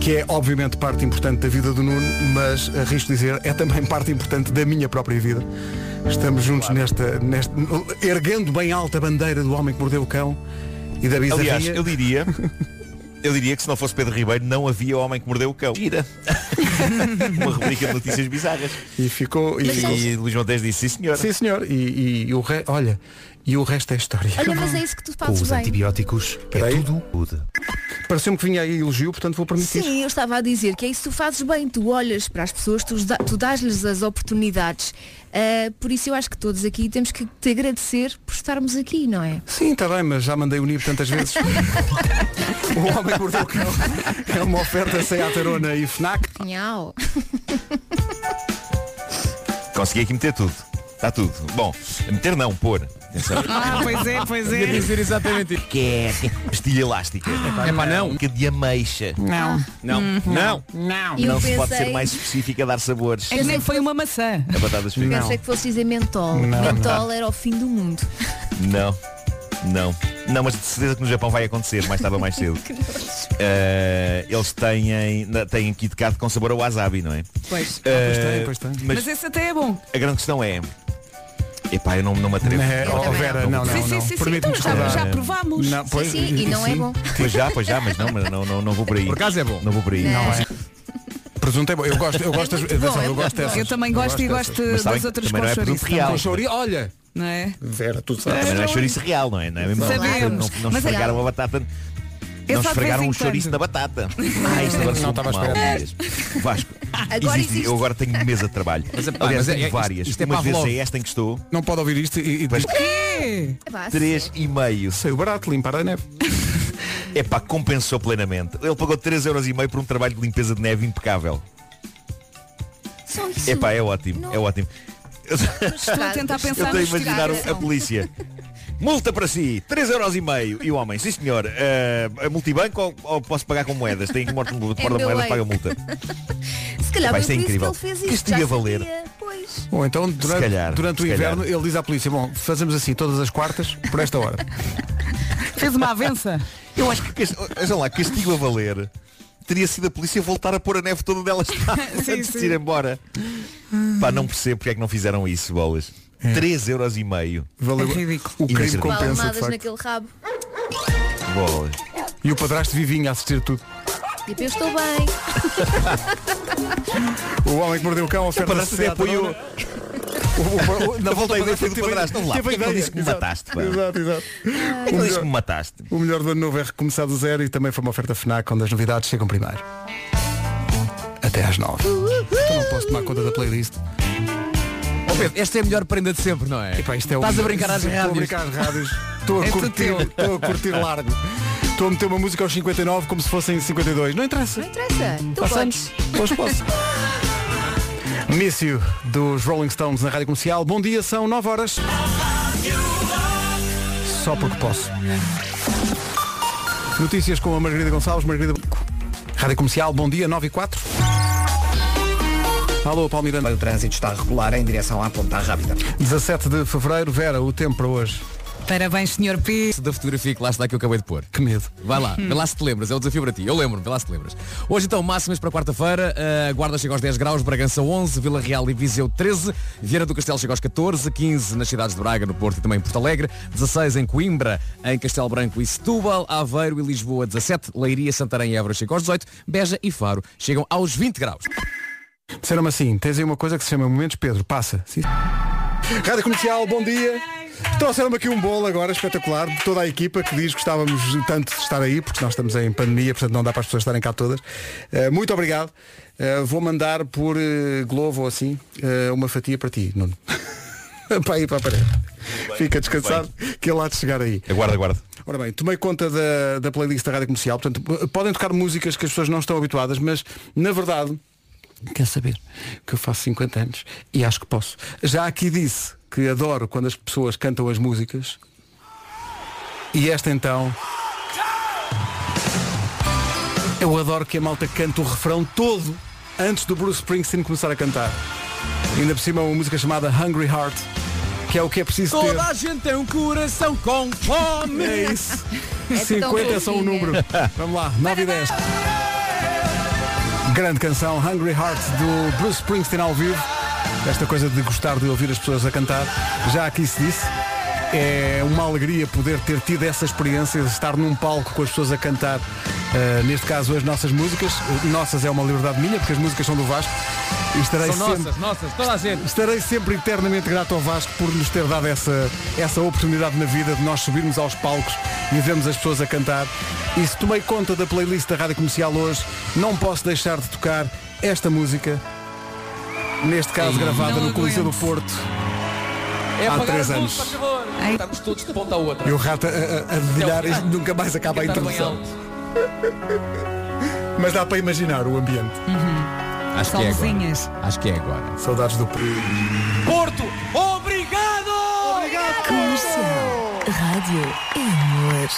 A: que é obviamente parte importante da vida do Nuno, mas arrisco dizer, é também <laughs> parte importante da minha própria vida. Estamos juntos nesta, nesta. erguendo bem alta a bandeira do Homem que Mordeu o Cão e da bizarria.
H: Aliás, eu diria. Eu diria que se não fosse Pedro Ribeiro não havia homem que mordeu o cão. Gira. <laughs> Uma rubrica de notícias bizarras.
A: E ficou. E,
H: E, Luís Montes disse, sim senhor.
A: Sim, senhor. E, e- e o re... olha, e o resto é história.
E: Olha, mas é isso que tu fazes
A: tipo,
E: bem.
A: antibióticos é tudo. Pareceu-me que vinha aí elogio, portanto vou permitir.
E: Sim, eu estava a dizer que é isso que tu fazes bem, tu olhas para as pessoas, tu, os dá- tu dás-lhes as oportunidades. Ah, por isso eu acho que todos aqui temos que te agradecer por estarmos aqui, não é?
A: Sim, está bem, mas já mandei unir tantas
H: <laughs>
A: vezes. o Homem que Mordeu o Cão é uma oferta sem Atarona e FNAC.
E: Nhau.
H: Consegui aqui meter tudo. Está tudo. Bom, meter não, pôr. Atenção.
D: Ah, pois é, pois é.
H: Ia dizer
D: exatamente
H: Que é pastilha elástica.
D: É pá, não.
H: Que de ameixa.
D: Não.
H: Não.
D: Uhum.
H: Não.
D: Não.
H: Não
E: Eu
H: se pode
E: pensei-
H: ser mais específica a dar sabores.
D: É que nem foi uma maçã.
H: A batatas fritas.
E: Pensei que fosse dizer mentol.
H: Não,
E: mentol
H: não.
E: era o fim do mundo.
H: Não, não. Não, mas de certeza que no Japão vai acontecer, mais tarde ou mais
D: <laughs>
H: cedo. Eh, eles têm, na- têm Kit Kat com sabor a wasabi, não é?
D: Pois.
H: Eh,
A: Ah, pois tem, pois tem.
H: Mas,
D: Mas esse até é bom.
H: a grande questão é. Epá, eu não, não me atrevo.
A: Né, Eu ó, também Vera, não. não, não,
D: Sim, sim, não. sim, sim. Permite-me Então já- discordar. já provámos. Não, pois, Sim, sim, e não é sim. bom.
H: Pois já, pois já, mas não, mas não, não, não vou por aí. Por acaso é bom. Não vou por aí.
A: Não é. Presunto é bom. Eu gosto, eu gosto, das-
D: muito bom,
A: atenção, eu
D: é
A: é
D: muito
A: gosto
D: bom.
A: dessas.
D: Eu também gosto e gosto
A: dessas.
D: das outras com
H: é
D: chouriço também.
A: Com chouriço, olha.
D: Não é?
A: Vera, tu sabes.
H: Também não é chouriço real, não é? Não é mesmo?
D: Sabemos.
H: Não, não
D: Mas é-
H: esfregaram a batata.
D: É
H: Não
D: só de
H: esfregaram
D: vez em
H: um chouriço
D: quando.
H: na batata. Ah, isto agora
A: Não
H: sou
A: estava à
H: mau
A: espera.
H: mesmo. Vasco,
A: Agora
H: existe-
A: existe.
H: eu agora tenho mesa de trabalho. Mas,
A: epá,
H: Aliás,
A: mas é-
H: tenho
A: é- isto-
H: várias.
A: isto é
H: Umas vezes
A: Pavlov.
H: é esta em que estou.
A: Não pode ouvir isto e, e diz.
E: É
H: Três e meio.
A: Sei o barato, limpar a neve.
H: Epá, compensou plenamente. Ele pagou 3,5€ euros e meio por um trabalho de limpeza de neve impecável.
E: Só isso.
H: Epá, é ótimo, é ótimo.
D: Estou a tentar pensar
H: Eu
D: no
H: estou a imaginar
D: estragado.
H: a polícia. Multa para si, 3,5€ euros e meio. E o homem, sim senhor, eh, é multibanco ou, ou posso pagar com moedas? Tem que morte no
E: É meu
H: porta-moedas,
E: lei.
H: paga multa.
E: Se calhar
H: Epá,
E: foi
H: isto
E: por
H: é
E: isso que
H: incrível.
E: ele fez
H: Isto
E: isto. já
H: devia
E: sabia.
H: valer.
E: Pois.
A: Ou então durante,
H: calhar,
A: durante o
H: se calhar.
A: inverno ele diz à polícia, bom, fazemos assim todas as quartas, por esta
D: <laughs>
A: hora.
D: Fez uma avença.
H: Eu acho que, cas- vejam lá, castigo a valer teria sido a polícia voltar a pôr a neve toda onde ela está
D: Sim,
H: antes de
D: sim.
H: ir embora. Pá, não percebo porque é que não fizeram isso, bolas. 3,5€ euros e meio.
A: Valeu.
D: É
A: O crime compensa,
H: Inacreditável.
A: de
E: Palmadas
A: facto.
E: naquele rabo.
H: Bolas.
A: E o padrasto vivinho a assistir tudo.
E: Tipo, eu estou bem.
A: O homem que mordeu o cão oferta
H: padrasto até apoiou.
A: Na volta
H: Eu voltei
A: ao
H: a
A: padrasto,
H: dizer tudo
A: teve-
H: para trás. Não lá,
A: teve a
H: porque é que ele
A: ideia.
H: disse que me
A: Exato,
H: mataste, pá?
A: Exato, exato.
H: que ele disse que me mataste?
A: O melhor do ano novo é recomeçar do zero e também foi uma oferta FNAC onde as novidades chegam primeiro. Até às nove. Então não posso tomar conta da playlist.
F: Ó Pedro, esta é a melhor prenda de sempre, não é?
A: Epá, isto é
F: Estás
A: um-
F: a brincar às
A: Estou a
F: rádios.
A: brincar às rádios. Estou a
F: É tudo
A: curtir,
F: teu.
A: estou a curtir largo. Estou a meter uma música aos 59 como se fossem 52. Não interessa.
E: Não interessa. Tu
A: Passamos. Hoje <laughs> posso. Início dos Rolling Stones na Rádio Comercial. Bom dia, são 9 horas. Só porque posso. Notícias com a Margarida Gonçalves. Margarida... Rádio Comercial, bom dia, 9 e 4. Alô, Paulo Miranda.
C: O trânsito está regular em direção à Ponta Rápida.
A: 17 de Fevereiro, Vera, o tempo para hoje.
D: Parabéns, senhor P.
F: Da fotografia que lá está que eu acabei de pôr.
A: Que medo.
F: Vai lá,
D: Hum.
F: vê lá se te lembras, é o desafio para ti. Eu lembro-me, vê lá se te lembras. Hoje então, máximas para quarta-feira, a Guarda chega aos 10 graus, Bragança 11, Vila Real e Viseu 13, Vieira do Castelo chega aos 14, 15 nas cidades de Braga, no Porto e também em Porto Alegre, 16 em Coimbra, em Castelo Branco e Setúbal, Aveiro e Lisboa 17, Leiria, Santarém e Évora chegam aos 18, Beja e Faro chegam aos 20 graus.
A: Disseram-me assim, tens aí uma coisa que se chama Momentos Pedro, passa. Sim. Rádio Comercial, bom dia. Trouxeram-me aqui um bolo agora espetacular de toda a equipa que diz que gostávamos tanto de estar aí, porque nós estamos em pandemia, portanto não dá para as pessoas estarem cá todas. Eh, muito obrigado. Eh, vou mandar por eh, Glovo ou assim eh, uma fatia para ti, Nuno. <laughs> para aí para a parede. Fica descansado que ele há de chegar aí.
H: Aguarda, aguarda.
A: Ora bem, tomei conta da, da playlist da Rádio Comercial, portanto, p- podem tocar músicas que as pessoas não estão habituadas, mas na verdade, quer saber que eu faço 50 anos e acho que posso. Já aqui disse que adoro quando as pessoas cantam as músicas. E esta então. Eu adoro que a malta cante o refrão todo antes do Bruce Springsteen começar a cantar. Ainda por cima uma música chamada Hungry Heart, que é o que é preciso ter.
F: Toda a gente tem um coração com fome.
A: É isso. 50 é só um número. Vamos lá, 9 e 10. Grande canção, Hungry Heart, do Bruce Springsteen ao vivo. Esta coisa de gostar de ouvir as pessoas a cantar, já aqui se disse. É uma alegria poder ter tido essa experiência de estar num palco com as pessoas a cantar Uh, neste caso, as nossas músicas. Nossas é uma liberdade minha, porque as músicas são do Vasco. E estarei
M: São
A: sempre,
M: nossas, nossas, toda a gente.
A: Estarei sempre eternamente grato ao Vasco por nos ter dado essa, essa oportunidade na vida de nós subirmos aos palcos e vermos as pessoas a cantar. E se tomei conta da playlist da Rádio Comercial hoje, não posso deixar de tocar esta música, neste caso gravada no Coliseu do Porto,
M: É
A: há
M: apagar
A: três
M: a luz,
A: anos.
M: faz favor. Estamos todos de ponta a outra.
A: E o rato a, a, a dedilhar isto nunca mais acaba a
M: Cantar bem
A: introdução.
M: alto.
A: Mas dá para imaginar o ambiente.
F: Acho que é agora. Acho que é agora.
A: Saudades do Porto.
M: <laughs> Porto, obrigado! Obrigado,
D: Rádio é amor.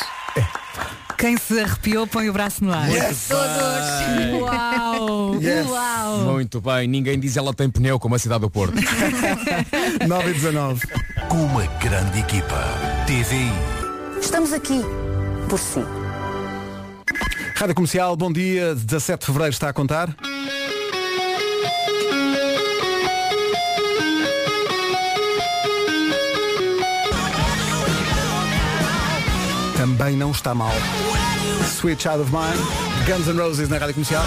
D: Quem se arrepiou põe o braço no ar.
F: Yes! Todos.
D: Uau!
F: Yes.
D: Uau!
F: Muito bem, ninguém diz ela tem pneu como a cidade do Porto.
A: 9 e 19.
G: Com uma grande equipa. TV.
N: Estamos aqui por si.
A: Rádio Comercial, bom dia. 17 de Fevereiro está a contar. Também não está mal. Sweet Child of Mine, Guns N' Roses na Rádio Comercial.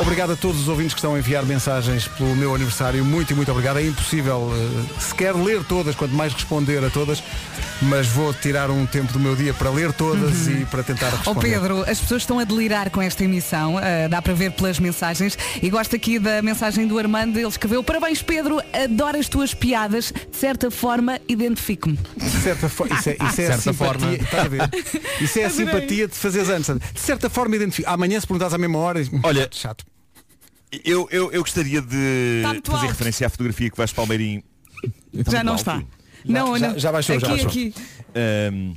A: Obrigado a todos os ouvintes que estão a enviar mensagens pelo meu aniversário. Muito e muito obrigado. É impossível eh, sequer ler todas, quanto mais responder a todas. Mas vou tirar um tempo do meu dia para ler todas e para tentar responder.
D: Ó Pedro, as pessoas estão a delirar com esta emissão, ah, dá para ver pelas mensagens. E gosto aqui da mensagem do Armando, ele escreveu Parabéns Pedro, adoro as tuas piadas, de certa forma identifico-me.
A: De certa forma, isso é,
F: <laughs>
A: isso é
F: Certa
A: a simpatia, <laughs>
F: forma.
A: estás a ver? Isso é a
F: Adorei.
A: simpatia de fazeres anos. sabe? De certa forma identifico. Amanhã se perguntas à mesma hora, olha, chato.
H: Eu, eu, eu gostaria de
D: Está muito
H: fazer
D: alto.
H: referência à fotografia que Vasco Palmeirim.
D: já não está. não,
H: já-
D: não.
H: já baixou,
D: aqui,
H: já baixou.
D: Aqui.
H: Ahm, hum,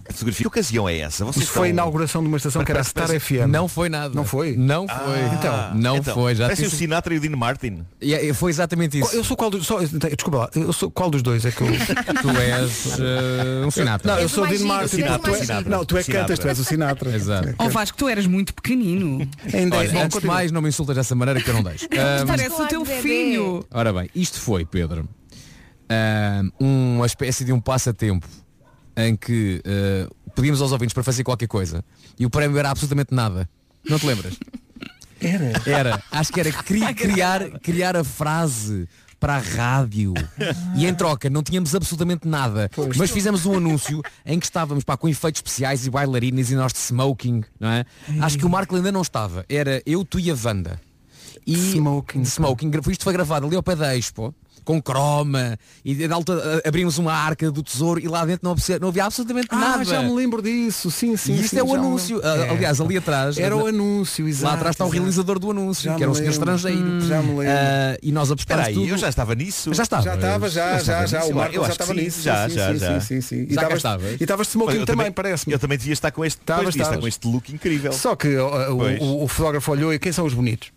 H: a fotografia. Que ocasião é essa? Vocês
A: Isso foi a
H: estão-
A: inauguração de uma estação que era a
H: Parece-
A: Star
H: parece-
A: FM.
F: Então, Não foi nada.
A: Não foi?
F: Não
A: Ah,
F: foi.
A: então.
F: não
A: Então,
F: foi. Já
A: parece
F: disse- assim.
A: o
H: Sinatra e o Dean Martin.
F: E- e foi exatamente isso.
A: Eu sou qual dos. Só, desculpa lá, eu sou qual dos dois é que
F: <laughs>
A: eu.
F: Tu és eh, um Sinatra.
A: Não, eu sou o Dean Martin. tu é- Não, tu é que cantas, tu és o Sinatra.
F: <laughs>
A: é assim.
F: Exato.
D: Ó Vasco, tu eras muito pequenino.
F: Olha, antes de mais, não me insultas dessa maneira que eu
A: <laughs>
F: não deixo. Ahm,
D: Parece o teu filho.
F: Ora bem, isto foi, Pedro, ahm, uma espécie de um passatempo em que ah, pedimos aos ouvintes para fazer qualquer coisa e o prémio era absolutamente nada. Não te lembras?
A: Era.
F: Era. Acho que era cri- criar, criar a frase para a rádio. E em troca não tínhamos absolutamente nada. Mas fizemos um anúncio em que estávamos pá, com efeitos especiais e bailarinas e nós de smoking, não é? Acho que o Marco ainda não estava. Era eu, tu e a Wanda. E smoking. smoking. gra- Isto foi gravado ali ao pé da Expo. Com croma e de alta a- abrimos uma arca do tesouro e lá dentro não havia, não havia absolutamente nada.
A: Ah, já me lembro disso, sim, sim.
F: E isto
A: sim,
F: é o
A: já me
F: anúncio.
A: lembro.
F: Ah,
A: É.
F: Aliás, ali atrás.
A: Era o
F: na-
A: anúncio, exato.
F: Lá atrás está o
A: exato.
F: realizador do anúncio,
A: Já
F: que era um
A: me
F: senhor
A: lembro.
F: estrangeiro.
A: Hum, já me lembro.
F: Ah, e nós apostámos
H: Espera aí,
F: tudo.
H: eu já estava nisso?
F: Já estava.
A: Já estava, já,
F: Eu
A: já, já.
F: nisso,
A: O Marco
F: eu
A: já
F: acho
A: estava
F: que sim.
A: nisso.
H: Já,
A: sim,
H: já,
A: sim, sim,
H: já.
A: sim, sim. E
H: Já cá
A: estavas-
H: estavas.
A: E estavas de smoking
H: Eu
A: também, parece-me.
H: Eu também devia estar com este,
A: Estavas,
H: pois devia estar com
A: estavas.
H: este look
E: Então.
H: incrível.
A: Só que ó, o,
H: Pois.
A: o- o fotógrafo olhou e quem são os bonitos?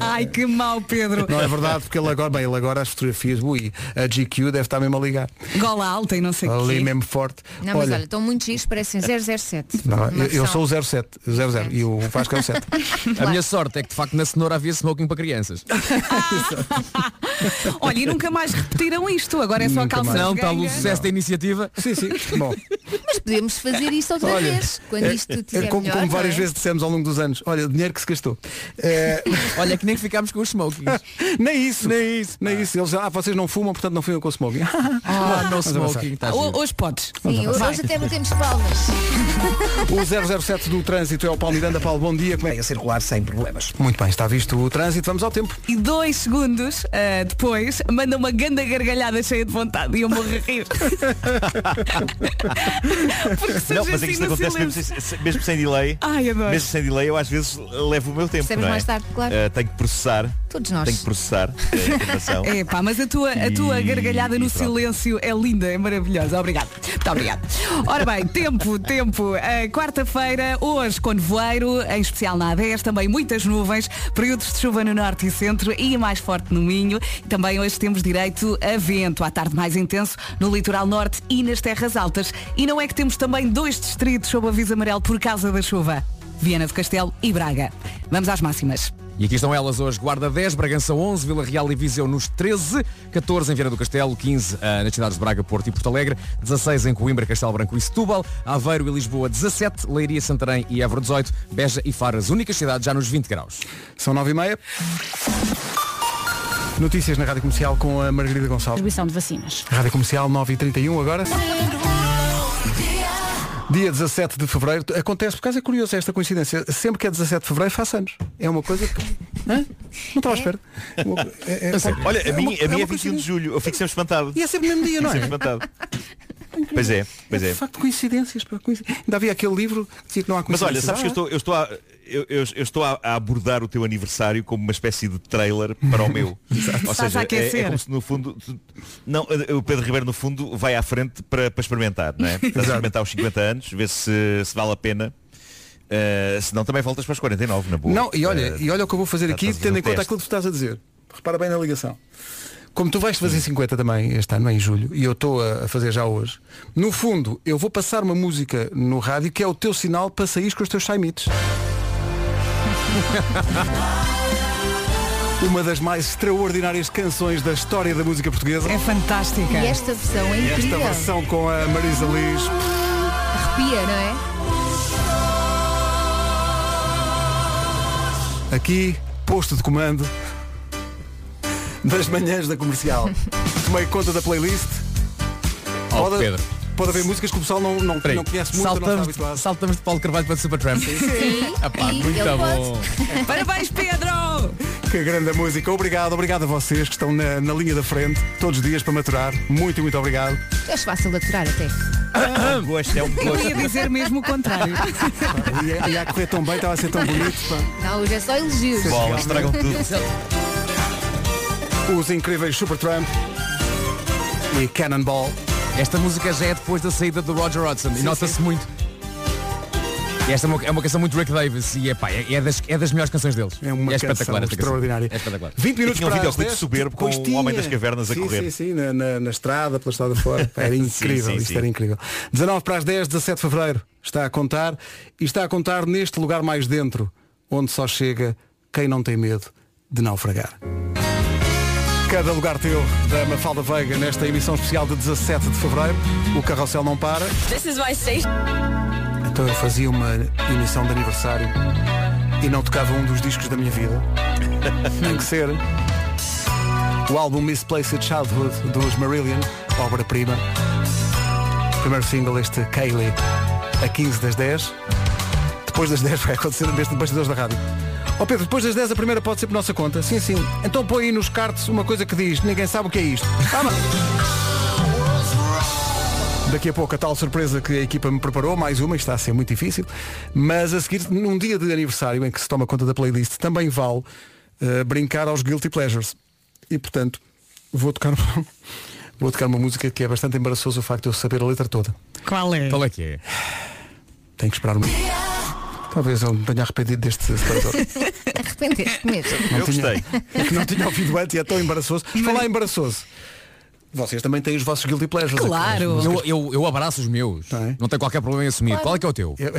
D: Ai, que mau, Pedro.
A: Não é verdade, porque ele agora, bem, ele agora as fotografias, ui, a GQ deve estar mesmo a
E: <laughs>
A: ligar.
D: Gola alta e não sei o
A: Ali
D: quê.
A: mesmo forte.
E: Não, mas olha, estão muito giros, parecem
H: É.
E: 007.
A: não, eu,
E: Uma
A: eu
E: versão.
A: sou o 07, o 00 e o Vasco é o
E: <laughs>
A: 7.
F: A minha sorte é que de facto na cenoura havia smoking para crianças.
D: Olha, e nunca mais repetiram isto. Agora é só
F: Nunca
D: calças
F: mais.
D: de
F: Não, tal
D: ganga.
F: o sucesso da iniciativa.
A: Sim, sim. Bom.
E: Mas podemos fazer isto outra
A: Olha,
E: vez, quando
A: é-
E: isto
A: é
E: tiver
A: como,
E: melhor,
A: como
E: não
A: várias
E: é?
A: vezes dissemos ao longo dos anos, olha, o dinheiro que se gastou. É,
F: Olha que nem que ficámos com os smokings.
A: nem isso. Nem isso. Nem isso. Eles, ah, vocês não fumam, portanto não fumam com o smoking.
F: Ah, no
A: Vamos avançar.
F: smoking. tá giro.
D: Hoje podes.
E: Sim, hoje
A: Vai.
E: até batemos palmas.
A: O 007 do trânsito é o Paulo Miranda. Paulo, bom dia. Como é?
C: a circular sem problemas.
A: Muito bem, está visto o trânsito. Vamos ao tempo.
D: E dois segundos ah, depois manda uma ganda gargalhada cheia de vontade e eu morro a rir. Porque surge
H: Não, mas é
D: assim
H: que isto
D: no
H: acontece mesmo
D: silêncio.
H: sem, mesmo sem delay.
D: Ai, adoro.
H: Mesmo sem delay, eu às vezes levo o meu tempo.
D: Percebes
H: não é?
D: mais tarde, claro.
H: Eh, tenho que processar.
D: Todos nós.
H: Tenho que processar eh, a informação.
D: <laughs> É pá, mas a tua, a tua
H: E-
D: gargalhada no
H: e pronto.
D: silêncio é linda, é maravilhosa. Obrigado. Muito obrigado. Ora bem, tempo, tempo. Eh, Quarta-feira, hoje com nevoeiro, em especial na A10, também muitas nuvens, períodos de chuva no norte e centro e mais forte no Minho. Também hoje temos direito a vento, à tarde mais intenso no litoral norte e nas terras altas. E não é que temos também dois distritos sob aviso amarelo por causa da chuva? Viana do Castelo e Braga. Vamos às máximas.
F: E aqui estão elas hoje. Guarda 10, Bragança 11, Vila Real e Viseu nos 13, 14 em Vieira do Castelo, 15 ah, nas cidades de Braga, Porto e Porto Alegre, 16 em Coimbra, Castelo Branco e Setúbal, Aveiro e Lisboa 17, Leiria, Santarém e Évora 18, Beja e Faro as únicas cidades já nos 20 graus.
A: São 9 e meia. Notícias na Rádio Comercial com a Margarida Gonçalves.
B: Distribuição de vacinas.
A: Rádio Comercial 9h31 agora. Dia 17 de Fevereiro. Acontece, por causa é curioso esta coincidência. Sempre que é 17 de Fevereiro faz anos. É uma coisa que. Hã? Não estava à espera. É- é-
H: <laughs> A sério? Olha, a
A: uma-
H: minha, a minha é
A: uma
H: 21 de
A: coincidência.
H: julho, eu fico sempre espantado.
A: E é sempre no mesmo dia, não é?
H: Sempre espantado. Pois é, pois é.
A: De facto, coincidências. pá, coinc- Ainda havia aquele livro que dizia que não há
H: Mas olha,
A: coincidências.
H: sabes que eu estou, eu estou, a, eu, eu- eu estou a, a abordar o teu aniversário como uma espécie de trailer para
A: <laughs>
H: o meu. Ou
D: Estás
H: seja,
D: a
H: é,
D: aquecer.
H: é como se no fundo. tu- Não, o Pedro Ribeiro no fundo vai à frente para, para experimentar,
A: <laughs>
H: não é? Estás a experimentar os 50 anos, ver se, se vale a pena. Eh, se não também voltas para os 49, na boa.
A: Não, e olha,
H: Eh,
A: e olha o que eu vou fazer
H: tá-
A: aqui,
H: estás a fazer
A: tendo
H: um
A: em conta
H: teste.
A: aquilo que tu estás a dizer. Repara bem na ligação. Como tu vais
H: Hum.
A: fazer 50 também este ano, em julho, e eu estou a a fazer já hoje, no fundo, eu vou passar uma música no rádio que é o teu sinal para sair com os teus saimites. <laughs> Uma das mais extraordinárias canções da história da música portuguesa.
D: É
E: E
D: fantástica.
E: esta versão é
A: E esta
E: incrível.
A: versão com a Marisa Liz.
E: Arrepia, não é?
A: Aqui, posto de comando das manhãs da
H: <laughs>
A: comercial. Tomei conta da playlist.
F: Oh, Pedro.
A: pode haver músicas que o pessoal não, não,
F: Peraí,
A: não conhece muito, não está
F: saltamos,
A: habituado.
F: saltamos de Paulo Carvalho para Supertramp.
A: Sim.
F: Epá,
A: E
F: Ah, muito
A: ele
F: bom. <laughs>
D: Parabéns, Pedro!
A: Que grande música. Obrigado, obrigado a vocês que estão na, na linha da frente todos os dias para maturar. Muito, muito obrigado.
E: És é fácil de aturar até.
H: Gosto, é um
D: Eu
H: gosto.
D: ia dizer mesmo o contrário.
A: E ia- ia a correr tão bem, estava a ser tão bonito. pá.
E: Não, hoje é só elogios.
A: Bola, estragam tudo. Os incríveis Supertramp e Cannonball.
F: Esta música já é depois da saída do Roger Hodgson e nota-se muito. E Esta é uma, é uma canção muito Rick Davis e epá, é, é, das, é das melhores canções deles. É,
A: uma
F: espetacular
A: canção
F: esta canção.
A: extraordinária.
F: É espetacular.
A: 20 minutos
H: tinha um
A: para as
H: videoclipe
A: 10.
H: soberbo com
A: Pois
H: o
A: tinha.
H: Homem das Cavernas a
A: Sim,
H: correr.
A: Sim, sim, na, na- na estrada, pela estrada
H: <laughs>
A: fora. Era incrível,
H: sim,
A: isto
H: sim.
A: era incrível. 19 para as 10, 17 de Fevereiro está a contar e está a contar neste lugar mais dentro, onde só chega quem não tem medo de naufragar. Cada lugar teu da Mafalda Veiga nesta emissão especial de 17 de Fevereiro. O carrossel não para.
O: This is my station.
A: Então eu fazia uma emissão de aniversário e não tocava um dos discos da minha
H: <laughs>
A: vida. Tem que ser o álbum Misplaced Childhood dos Marillion, obra-prima. Primeiro single este Kaylee, a 15 das 10. Depois das 10 <laughs> vai acontecer neste bastidores da rádio. Ó Pedro, depois das 10 a primeira pode ser por nossa conta. Sim, sim. Então põe aí nos cartes uma coisa que diz, ninguém sabe o que é isto. <laughs> Ah, Daqui a pouco a tal surpresa que a equipa me preparou, mais uma, isto está a ser muito difícil. Mas a seguir, num dia de aniversário em que se toma conta da playlist, também vale eh, brincar aos Guilty Pleasures. E portanto, vou tocar, uma- <laughs> vou tocar uma música que é bastante embaraçoso o facto de eu saber a letra toda.
D: Qual é?
F: Qual é que é?
A: Tenho que esperar um Talvez eu me tenha arrependido deste
H: <laughs>
A: separador.
E: Arrependeste é mesmo.
A: Não tinha- é que não tinha ouvido antes e é tão embaraçoso. Falar em embaraçoso. Vocês também têm os vossos guilty pleasures. aquelas
F: Eu,
A: músicas-
F: eu, eu abraço os meus. Não tem qualquer problema em assumir. Qual é que é o teu?
A: <laughs> Tenho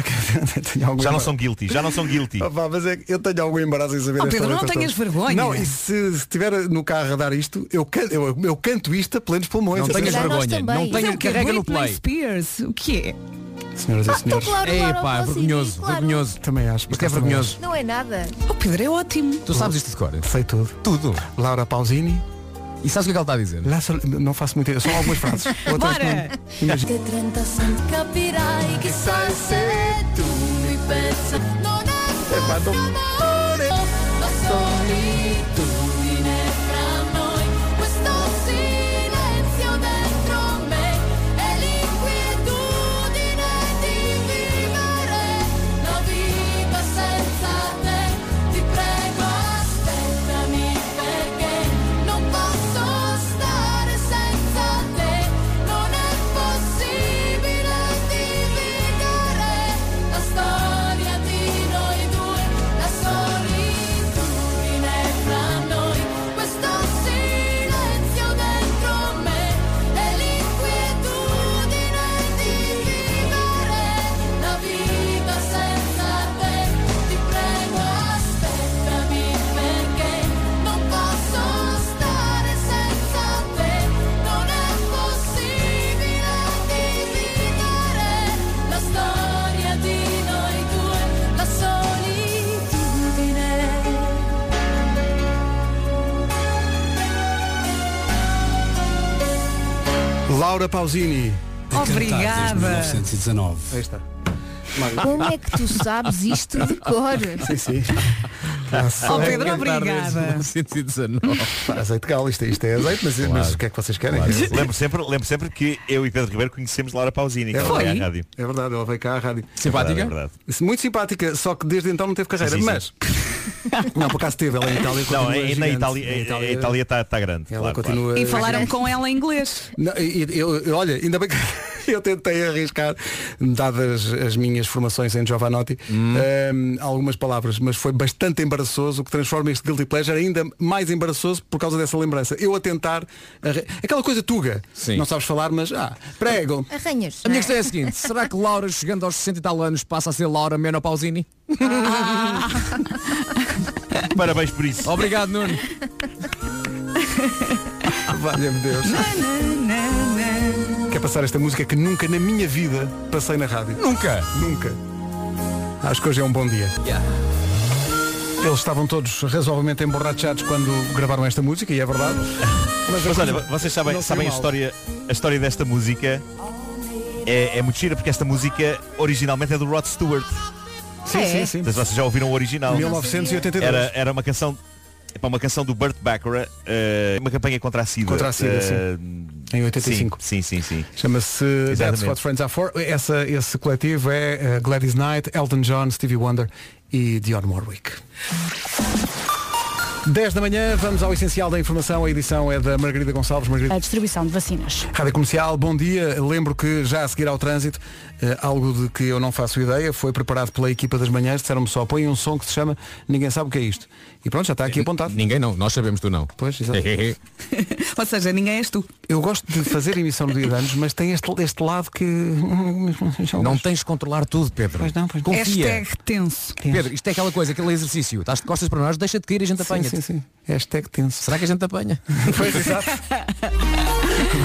A: algum
H: Já não
A: embaraço.
H: são guilty, já não são
A: <laughs>
H: guilty.
A: Ah, pá, mas é que eu tenho algum embaraço em saber
D: Oh,
A: esta
D: Pedro, não
A: letra
D: tenhas
A: toda.
D: vergonha.
A: Não, e se estiver no carro a dar isto, eu, can- eu, eu canto isto a plenos pulmões.
F: Não tenhas
A: Atenção.
F: vergonha, não
D: Mas é o
F: tenhas
D: quê?
F: carrega no
D: Britney
F: play.
D: Spears, o que é?
A: Senhoras e senhores.
E: claro,
F: Ei,
E: claro,
F: pá,
E: claro, sim,
F: vergonhoso,
E: claro.
F: vergonhoso.
A: Também acho.
F: Ah, então Isto é vergonhoso.
E: Não é nada.
D: O Pedro é ótimo.
F: Tu sabes isto de cor?
A: Sei tudo.
F: Tudo.
A: Laura Pausini.
F: E sabes o que é que ela está a dizer?
A: Lá só- não faço muito. São algumas
D: <laughs>
A: frases. Outras
D: Bora!
A: não. Imagina.
O: Capirai che sai se tu mi pensi non è amore ma solitudine fra noi questo silenzio dentro me è l'inquietudine di vivere la vita senza te ti prego aspettami perché non posso stare senza te non è possibile dividere la storia di noi due la sola
A: Laura Pausini.
D: Obrigada.
P: 1919.
A: Aí está.
E: Como é que tu sabes isto de cor?
A: Sim, sim.
D: <laughs>
E: Oh, Pedro, obrigada.
F: 1919.
A: Azeite gal, isto, é- isto é azeite, mas,
H: Claro.
A: mas o que é que vocês querem?
H: Claro.
A: <laughs>
H: lembro, sempre, lembro sempre que eu e Pedro Ribeiro conhecemos Laura Pausini, que ela
A: verdade.
H: veio à rádio.
A: É verdade, ela veio cá à rádio.
H: Simpática? É verdade,
A: Muito simpática, só que desde então não teve carreira.
H: Sim, sim,
A: mas. <laughs> Não, por acaso teve, ela em Itália.
H: Não,
A: continua
H: é- na
A: gigante.
H: Itália,
A: Na
H: é- a Itália está grande.
A: Ela continua.
D: E falaram com ela em inglês.
A: Não, e- e- eu, eu- olha, ainda bem que <laughs> eu tentei arriscar, dadas as minhas formações em Giovanotti,
H: Hum.
A: ehm, algumas palavras, mas foi bastante embaraçoso, o que transforma este Guilty Pleasure ainda mais embaraçoso por causa dessa lembrança. Eu a tentar. arra- Aquela coisa tuga. Não sabes falar, mas. Ah, prego.
E: Arranhas.
F: A minha questão é a seguinte, será que Laura chegando aos 60 e tal anos passa a ser Laura Menopausini?
H: Parabéns por isso.
F: Obrigado, Nuno.
A: Valha-me Deus. Quer passar esta música que nunca na minha vida passei na rádio.
F: Nunca?
A: Nunca. Acho que hoje é um bom dia. Eles estavam todos razoavelmente emborrachados quando gravaram esta música, e é verdade.
H: Mas,
A: a
H: olha,
A: coisa
H: vocês sabem,
A: não saiu
H: sabem a,
A: mal.
H: história, a história desta música é, é muito gira porque esta música originalmente é do Rod Stewart.
A: Sim, É? sim, sim.
H: Mas vocês já ouviram o original.
A: 1982.
H: Era, era uma canção. Para uma canção do Burt Bacharach, eh, uma campanha contra a SIDA.
A: Contra a SIDA,
H: Eh,
A: sim. Em 85.
H: Sim, sim, sim. sim.
A: Chama-se That's
H: Exatamente.
A: What Friends Are For. Essa, esse coletivo é eh, Gladys Knight, Elton John, Stevie Wonder e Dionne Warwick. 10 da manhã, vamos ao essencial da informação. A edição é da Margarida Gonçalves. Margarida.
B: A distribuição de vacinas.
A: Rádio Comercial, bom dia. Lembro que já a seguir ao trânsito, eh, algo de que eu não faço ideia, foi preparado pela equipa das manhãs, disseram-me só, põe um som que se chama Ninguém sabe o que é isto. E pronto, já está aqui apontado.
F: Ninguém não, nós sabemos tu não.
A: Pois,
F: <laughs>
A: exato.
D: Ou seja, ninguém és tu.
A: Eu gosto de fazer emissão no dia de anos, mas tem este, este lado que.
F: Não É, tens de controlar tudo,
A: <laughs>
F: Pedro.
A: Pois não, pois não.
F: Confia.
D: Hashtag tenso.
F: Pedro, isto é aquela coisa, aquele exercício. Estás de costas para nós, deixa de cair e a gente apanha.
A: sim, sim. Hashtag tenso.
F: Será que a gente apanha?
A: <laughs> Pois,
F: <laughs>
A: exato.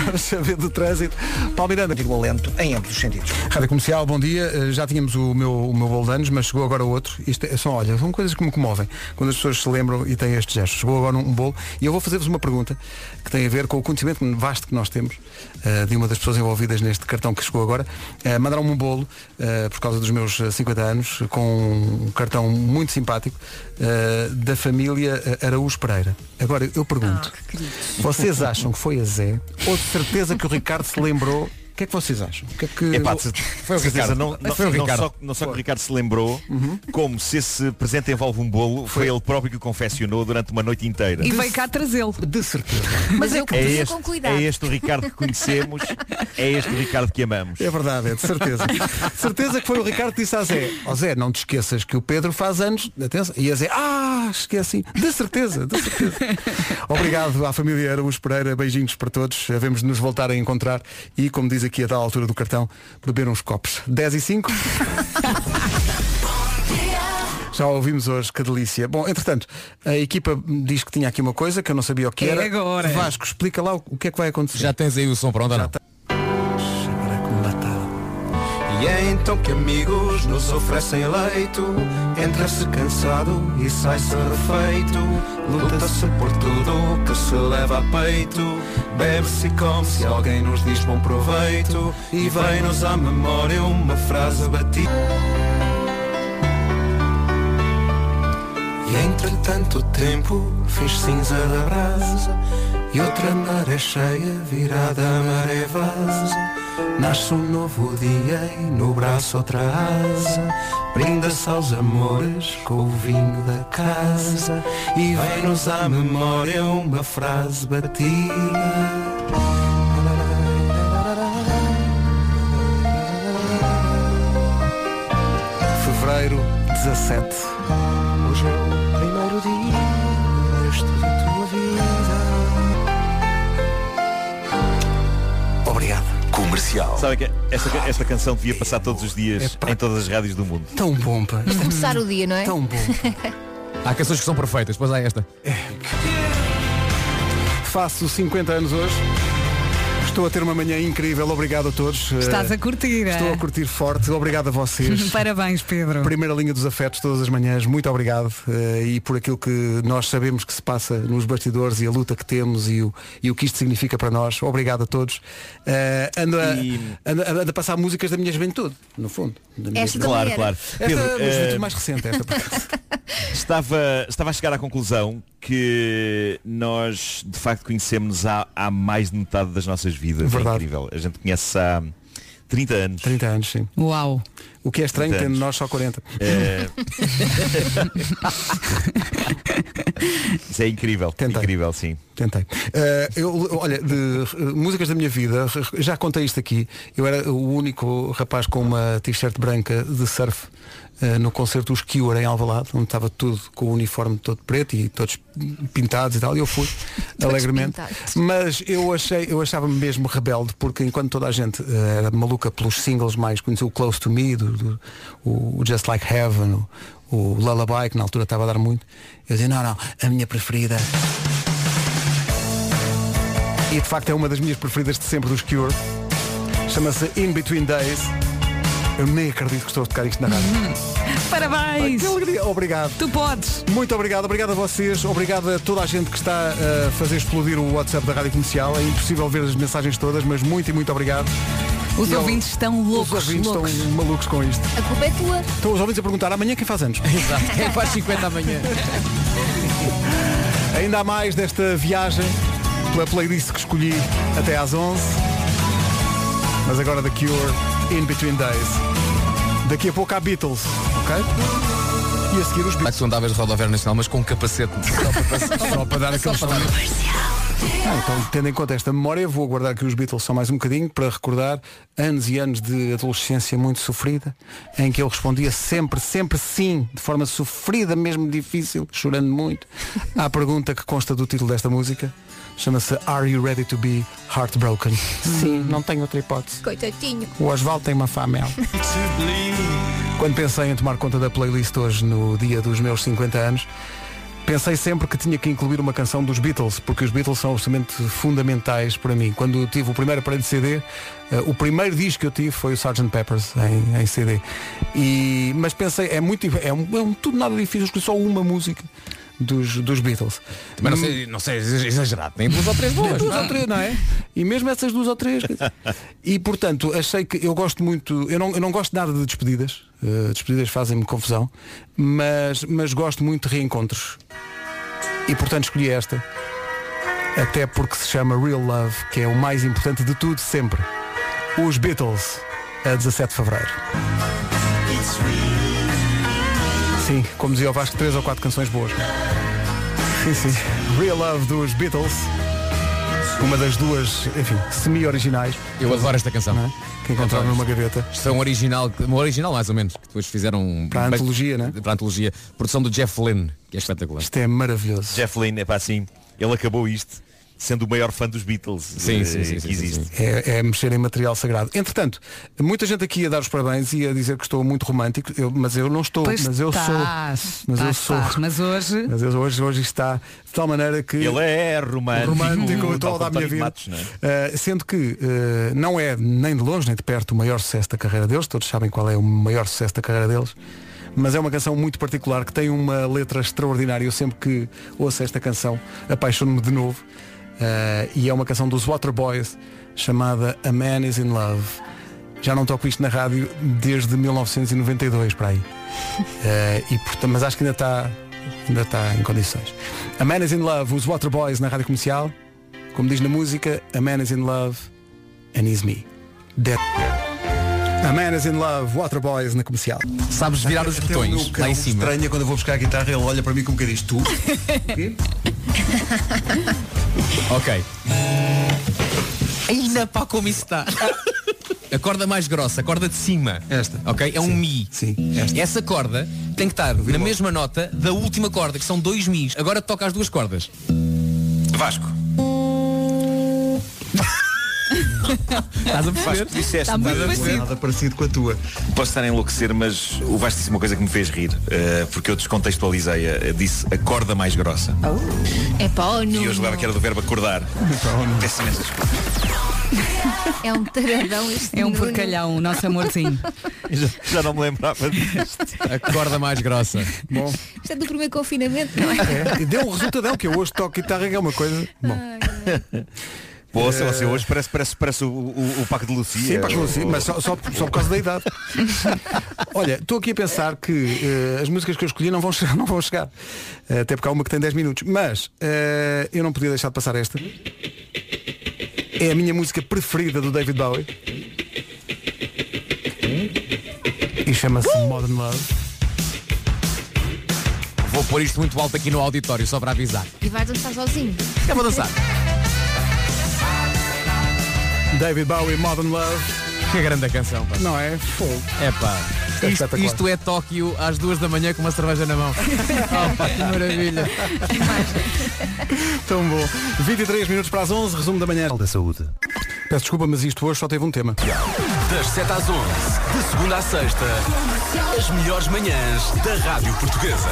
A: Vamos saber do trânsito. Paulo Miranda.
C: Continua lento em ambos os sentidos.
A: Rádio Comercial, bom dia. Eh, Já tínhamos o meu, o meu bolo de anos, mas chegou agora outro. Isto é- são, olha, são coisas que me comovem quando as pessoas se lembram e têm este gesto. Chegou agora um, um bolo e eu vou fazer-vos uma pergunta que tem a ver com o conhecimento vasto que nós temos eh, de uma das pessoas envolvidas neste cartão que chegou agora. Eh, Mandaram-me um bolo eh, por causa dos meus eh, 50 anos com um cartão muito simpático eh, da família eh, Araújo Pereira. Agora eu pergunto,
E: Ah,
A: vocês acham que foi a Zé ou de certeza que o Ricardo se lembrou? O que é que vocês acham? O que é que...
H: Epá, de cer-
A: Foi o
H: de certeza,
A: Ricardo.
H: Não, não,
A: Foi Uhum. o
H: não
A: Ricardo.
H: só, não só que o Ricardo se lembrou, como se esse presente envolve um bolo, foi, ele próprio que o confeccionou durante uma noite inteira.
D: E veio cá trazê-lo.
A: De certeza.
E: Mas eu
H: é,
E: conduzo com
H: este,
E: cuidado.
H: é este o Ricardo que
E: <laughs>
H: conhecemos, é este o Ricardo que amamos.
A: É verdade, é de certeza. De certeza que foi o Ricardo que disse a Zé, ó Zé, não te esqueças que o Pedro faz anos, atenção, e a Zé, ah, esqueci, de certeza, de certeza. Obrigado à família Araújo Pereira, beijinhos para todos, havemos de nos voltar a encontrar e, como diz aqui a tal altura do cartão, beber uns copos. 10 e 5. Já ouvimos hoje, que delícia. Bom, entretanto, a equipa diz que tinha aqui uma coisa que eu não sabia o que
F: É
A: era.
F: agora.
A: Vasco, explica lá o, o que é que vai acontecer. é
F: Já tens aí o som pronto ou não?
Q: E é então que amigos nos oferecem leito Entra-se cansado e sai-se refeito Luta-se por tudo que se leva a peito Bebe-se e come-se, alguém nos diz bom proveito E vem-nos à memória uma frase batida E entre tanto tempo fiz cinza da brasa E outra maré cheia virada a maré vaza Nasce um novo dia e no braço outra asa Brinda-se aos amores com o vinho da casa E vem-nos à memória uma frase batida
A: Fevereiro 17.
Q: Hoje é o primeiro dia deste da tua vida
A: Obrigado.
H: Comercial. Sabe que esta, esta canção devia passar todos os dias em todas as rádios do mundo.
A: Tão bom, pá.
E: Começar o dia, não
A: <laughs>
E: é?
A: Tão bom.
F: Há canções que são perfeitas, depois há esta.
A: Faço 50 anos hoje. Estou a ter uma manhã incrível, obrigado a todos.
D: Estás
A: Eh,
D: a curtir,
A: Estou
D: é?
A: a curtir forte, obrigado a vocês.
D: Parabéns, Pedro.
A: Primeira linha dos afetos todas as manhãs, muito obrigado eh, e por aquilo que nós sabemos que se passa nos bastidores e a luta que temos e o, e o que isto significa para nós. Obrigado a todos. Eh, ando, a, ando- ando- ando a passar músicas da minha juventude, no fundo. Da minha
E: Esta
A: juventude.
E: também
H: Claro, claro.
E: era.
A: Esta
H: Pedro,
A: é uma
H: eh,
A: juventude mais recente, esta.
H: Estava, estava a chegar à conclusão que nós de facto conhecemos há, há mais de metade das nossas vidas. É incrível. A gente conhece há 30 anos.
A: 30 anos, sim.
D: Uau.
A: O que é estranho,
H: 30
A: tendo
H: anos.
A: nós só 40.
H: É. Isso é incrível. Incrível, sim.
A: Tentei. Eh, eu, olha, de eh, músicas da minha vida, já contei isto aqui. Eu era o único rapaz com uma t-shirt branca de surf eh, no concerto Os Cure em Alvalade, onde estava tudo com o uniforme todo preto e todos pintados e tal. E eu fui
Q: Todos
A: alegremente.
Q: pintados.
A: Mas eu achei, eu achava-me mesmo rebelde, porque enquanto toda a gente eh, era maluca pelos singles mais, conheceu o Close to Me, do, do- o Just Like Heaven, o, o Lullaby, que na altura estava a dar muito, eu dizia, não, não, a minha preferida. E de facto é uma das minhas preferidas de sempre dos Cure. Chama-se In Between Days. Eu nem acredito que estou a tocar isto na rádio.
D: Parabéns.
A: Obrigado.
D: Tu podes.
A: Muito obrigado, obrigado a vocês, obrigado a toda a gente que está eh, a fazer explodir o WhatsApp da Rádio Comercial. É impossível ver as mensagens todas, mas muito e muito obrigado.
D: Os
A: E ao-
D: ouvintes estão loucos.
A: Os ouvintes
D: loucos.
A: estão malucos com isto.
E: A culpa é tua.
A: Estão Então os ouvintes a perguntar amanhã quem faz anos.
F: <laughs> Exato. Quem faz 50 amanhã?
A: <laughs> Ainda há mais desta viagem pela playlist que escolhi até às 11. Mas agora The Cure, In Between Days. Daqui a pouco há Beatles, ok? E a seguir os Beatles.
F: Aqui são dáveis de rodoviária nacional, mas com capacete. Só para,
A: só para dar aquele
F: Só para dar-
A: Ah, então, tendo em conta esta memória, vou aguardar que os Beatles só mais um bocadinho para recordar anos e anos de adolescência muito sofrida, em que eu respondia sempre, sempre sim, de forma sofrida, mesmo difícil, chorando muito, à pergunta que consta do título desta música. Chama-se Are You Ready to Be Heartbroken? Sim, não tenho outra hipótese.
E: Coitadinho.
A: O Osvaldo tem uma famela. Quando pensei em tomar conta da playlist hoje, no dia dos meus 50 anos, pensei sempre que tinha que incluir uma canção dos Beatles, porque os Beatles são absolutamente fundamentais para mim. Quando eu tive o primeiro aparelho de CD, eh, o primeiro disco que eu tive foi o Sgt. Peppers em, em CD. E, mas pensei, é muito é um, é um tudo nada difícil, escolhi só uma música dos, dos Beatles.
F: Mas não sei, não sei, é exagerado. Hum. Tem duas ou três boas.
A: Duas
F: não é?
A: ou três, não é? E mesmo essas duas ou três. quer dizer. E portanto, achei que eu gosto muito, eu não, eu não gosto nada de despedidas, eh, despedidas fazem-me confusão, mas, mas gosto muito de reencontros. E portanto escolhi esta. Até porque se chama Real Love, que é o mais importante de tudo sempre. Os Beatles, a 17 de Fevereiro. Sim, como dizia o Vasco, três ou quatro canções boas. Sim, sim. Real Love dos Beatles. Uma das duas, enfim, semi-originais. é?
F: Eu adoro esta canção.
A: Que encontraram numa gaveta.
F: Isto é um original, um original mais ou menos, que depois fizeram
A: Para a antologia, é?
F: né? Para a antologia. Produção do Jeff Lynne, que é espetacular.
A: Isto é maravilhoso.
H: Jeff Lynne, é para assim, ele acabou isto sendo o maior fã dos Beatles
F: Sim,
H: eh,
F: sim, sim,
H: que
F: sim, sim,
H: existe.
A: É, é mexer em material sagrado. Entretanto, muita gente aqui a dar os parabéns e a dizer que estou muito romântico, eu- mas eu não estou,
D: Pois
A: mas eu
D: estás,
A: sou.
D: estás,
A: Mas eu sou.
D: estás, mas hoje.
A: Mas eu- hoje, hoje está de tal maneira que.
H: Ele é romântico,
A: Romântico
H: tal
A: toda a minha
H: como Tony
A: vida.
H: Matos, não é?
A: Uh, sendo que uh, não é nem de longe nem de perto o maior sucesso da carreira deles, todos sabem qual é o maior sucesso da carreira deles, mas é uma canção muito particular que tem uma letra extraordinária. Eu sempre que ouço esta canção apaixono-me de novo Uh, e é uma canção dos Waterboys chamada A Man Is in Love. Já não toco isto na rádio desde 1992 para aí. Uh, e, portanto, mas acho que ainda está ainda está em condições. A Man Is in Love, os Waterboys na rádio comercial. Como diz na música, A Man is in Love and Is Me. That... A Man is in Love, Waterboys na comercial.
F: Sabes virar os botões, lá em cima.
A: estranha quando eu vou buscar a guitarra, ele olha para mim com um bocadinho diz tu.
F: Ok. Ainda pá como isso está. <laughs> A corda mais grossa, a corda de cima. Esta. Ok? É um Mi.
A: Sim.
F: Essa corda tem que estar na mesma nota da última corda, que são dois Mis. Agora toca as duas cordas. Vasco.
H: Estás a perceber? Vasco, tu disseste Está muito nada- parecido. nada
A: parecido com a tua.
H: Posso estar a enlouquecer, mas o Vasco disse uma coisa que me fez rir, eh, porque eu descontextualizei, eh, disse a corda mais grossa.
E: É pá, oh,
H: E eu julgava
E: Nuno.
A: Então,
H: que era do verbo acordar. Peço imensas desculpas.
E: É um taradão este
D: É um
E: Nuno.
D: porcalhão, nosso amorzinho.
H: Já, já não me lembrava disto.
F: A corda mais grossa.
A: Bom.
E: Isto é do primeiro confinamento, não é?
A: <laughs> É, e deu um resultadão que eu hoje toco guitarra que é uma coisa. Bom.
H: Pô, você, você hoje parece, parece, parece o, o, o Paco de Lucia.
A: Sim, Paco de Lucia,
H: é O-
A: mas só, só, só por causa da idade. Olha, estou aqui a pensar que eh, as músicas que eu escolhi não vão chegar, não vão chegar. Eh, até porque há uma que tem 10 minutos. Mas eh, eu não podia deixar de passar esta. É a minha música preferida do David Bowie. E chama-se Modern Love.
F: <laughs> Vou pôr isto muito alto aqui no auditório, só para avisar.
E: E vais dançar sozinho.
F: Eu vou dançar.
A: David Bowie, Modern Love.
F: Que grande canção, pá.
A: Não é? Fogo.
F: É pá. Isto,
A: espetacular.
F: isto é Tóquio às duas da manhã com uma cerveja na <laughs> mão. Oh, pá, que maravilha.
A: Tão bom. 23 minutos para as 11, resumo da manhã. Da saúde. Peço desculpa, mas isto hoje só teve um tema.
P: Das 7 às 11, de segunda à sexta, as melhores manhãs da Rádio Portuguesa.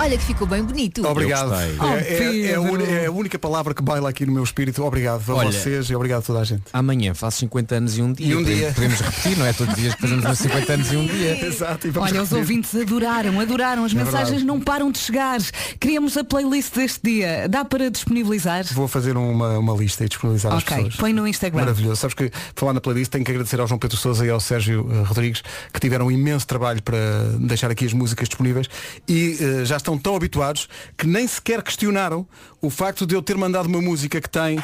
E: Olha que ficou bem bonito.
A: Obrigado.
P: Eu
A: É,
D: Ah,
P: gostei.
A: é- é a uni- é a única palavra que baila aqui no meu espírito. Obrigado a
F: Olha,
A: vocês e obrigado a toda a gente.
F: Amanhã faço 50 anos e um dia.
A: E um
F: Podemos-
A: dia.
F: Podemos repetir, não é todos os dias que fazemos uns 50 anos e um
A: <laughs>
F: dia.
A: Exato.
D: É. Olha, os ouvintes adoraram, adoraram. As
F: É
D: mensagens
F: verdade.
D: não param de chegar. Criamos a playlist deste dia. Dá para disponibilizar?
A: Vou fazer uma, uma lista e disponibilizar as
D: Ok,
A: pessoas.
D: põe no Instagram.
A: Maravilhoso. Sabes que falar na playlist tenho que agradecer ao João Pedro Sousa e ao Sérgio eh, Rodrigues que tiveram um imenso trabalho para deixar aqui as músicas disponíveis e eh, já estão tão habituados que nem sequer questionaram o facto de eu ter mandado uma música que tem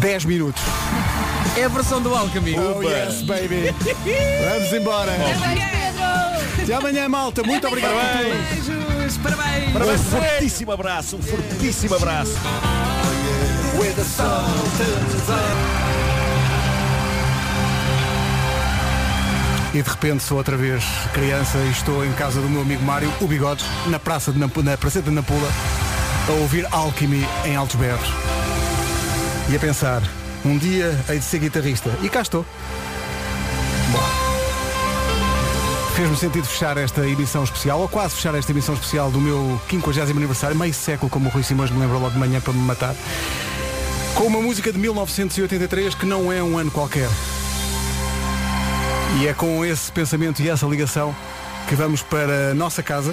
A: 10 minutos.
F: É a versão do Alchemy.
A: Oh, yes, baby. Vamos embora. Até amanhã, malta. Muito obrigado.
D: Beijos, parabéns.
H: Um fortíssimo abraço, um fortíssimo abraço.
A: E de repente sou outra vez criança e estou em casa do meu amigo Mário, o Bigodes, na praça de Nampula, na Praça de Nampula, a ouvir Alchemy em altos berros. E a pensar, um dia hei de ser guitarrista. E cá estou. Bom. Fez-me sentido fechar esta emissão especial, ou quase fechar esta emissão especial do meu 50 aniversário, meio século, como o Rui Simões me lembrou logo de manhã para me matar, com uma música de 1983 que não é um ano qualquer. E é com esse pensamento e essa ligação que vamos para a nossa casa,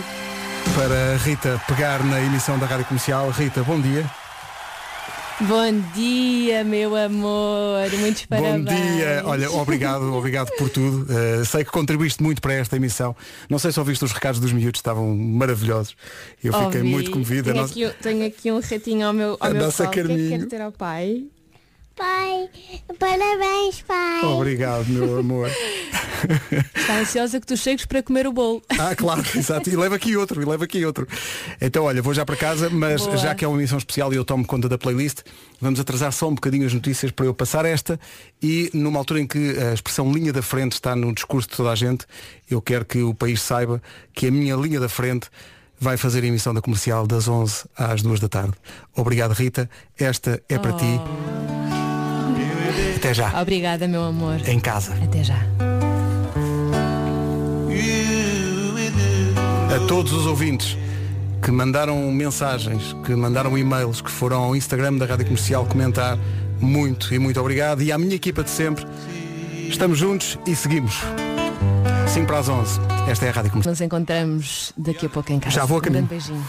A: para a Rita pegar na emissão da Rádio Comercial. Rita, bom dia.
K: Bom dia, meu amor. Muitos parabéns.
A: Bom dia. Olha,
K: <laughs>
A: obrigado, obrigado por tudo. Uh, sei que contribuíste muito para esta emissão. Não sei se ouviste os recados dos miúdos, estavam maravilhosos. Eu fiquei
K: Ouvi.
A: muito comovida.
K: Tenho,
A: Nossa-
K: aqui, tenho aqui um ratinho ao meu,
A: A
K: ao meu
A: nossa
K: colo. O que é que
A: Carminho.
K: quero ter ao pai?
J: Pai, parabéns, pai.
A: Obrigado, meu
K: <laughs>
A: amor.
K: Está Tá ansiosa que tu chegues para comer o bolo.
A: Ah, claro, <laughs> exato. E leva aqui outro, e leva aqui outro. Então, olha, vou já para casa, mas
K: Boa.
A: já que é uma emissão especial e eu tomo conta da playlist, vamos atrasar só um bocadinho as notícias para eu passar esta e numa altura em que a expressão linha da frente está no discurso de toda a gente, eu quero que o país saiba que a minha linha da frente vai fazer a emissão da comercial das 11 às 2 da tarde. Obrigado, Rita. Esta é para ti. Até já.
K: Obrigada, meu amor.
A: Em casa.
K: Até já.
A: a todos os ouvintes que mandaram mensagens, que mandaram e-mails, que foram ao Instagram da Rádio Comercial comentar, muito e muito obrigado. E à minha equipa de sempre, estamos juntos e seguimos. 5 para as 11. Esta é a Rádio Comercial.
K: Nos encontramos daqui a pouco em casa.
A: Já vou a
K: Um grande
A: caminho.
K: beijinho.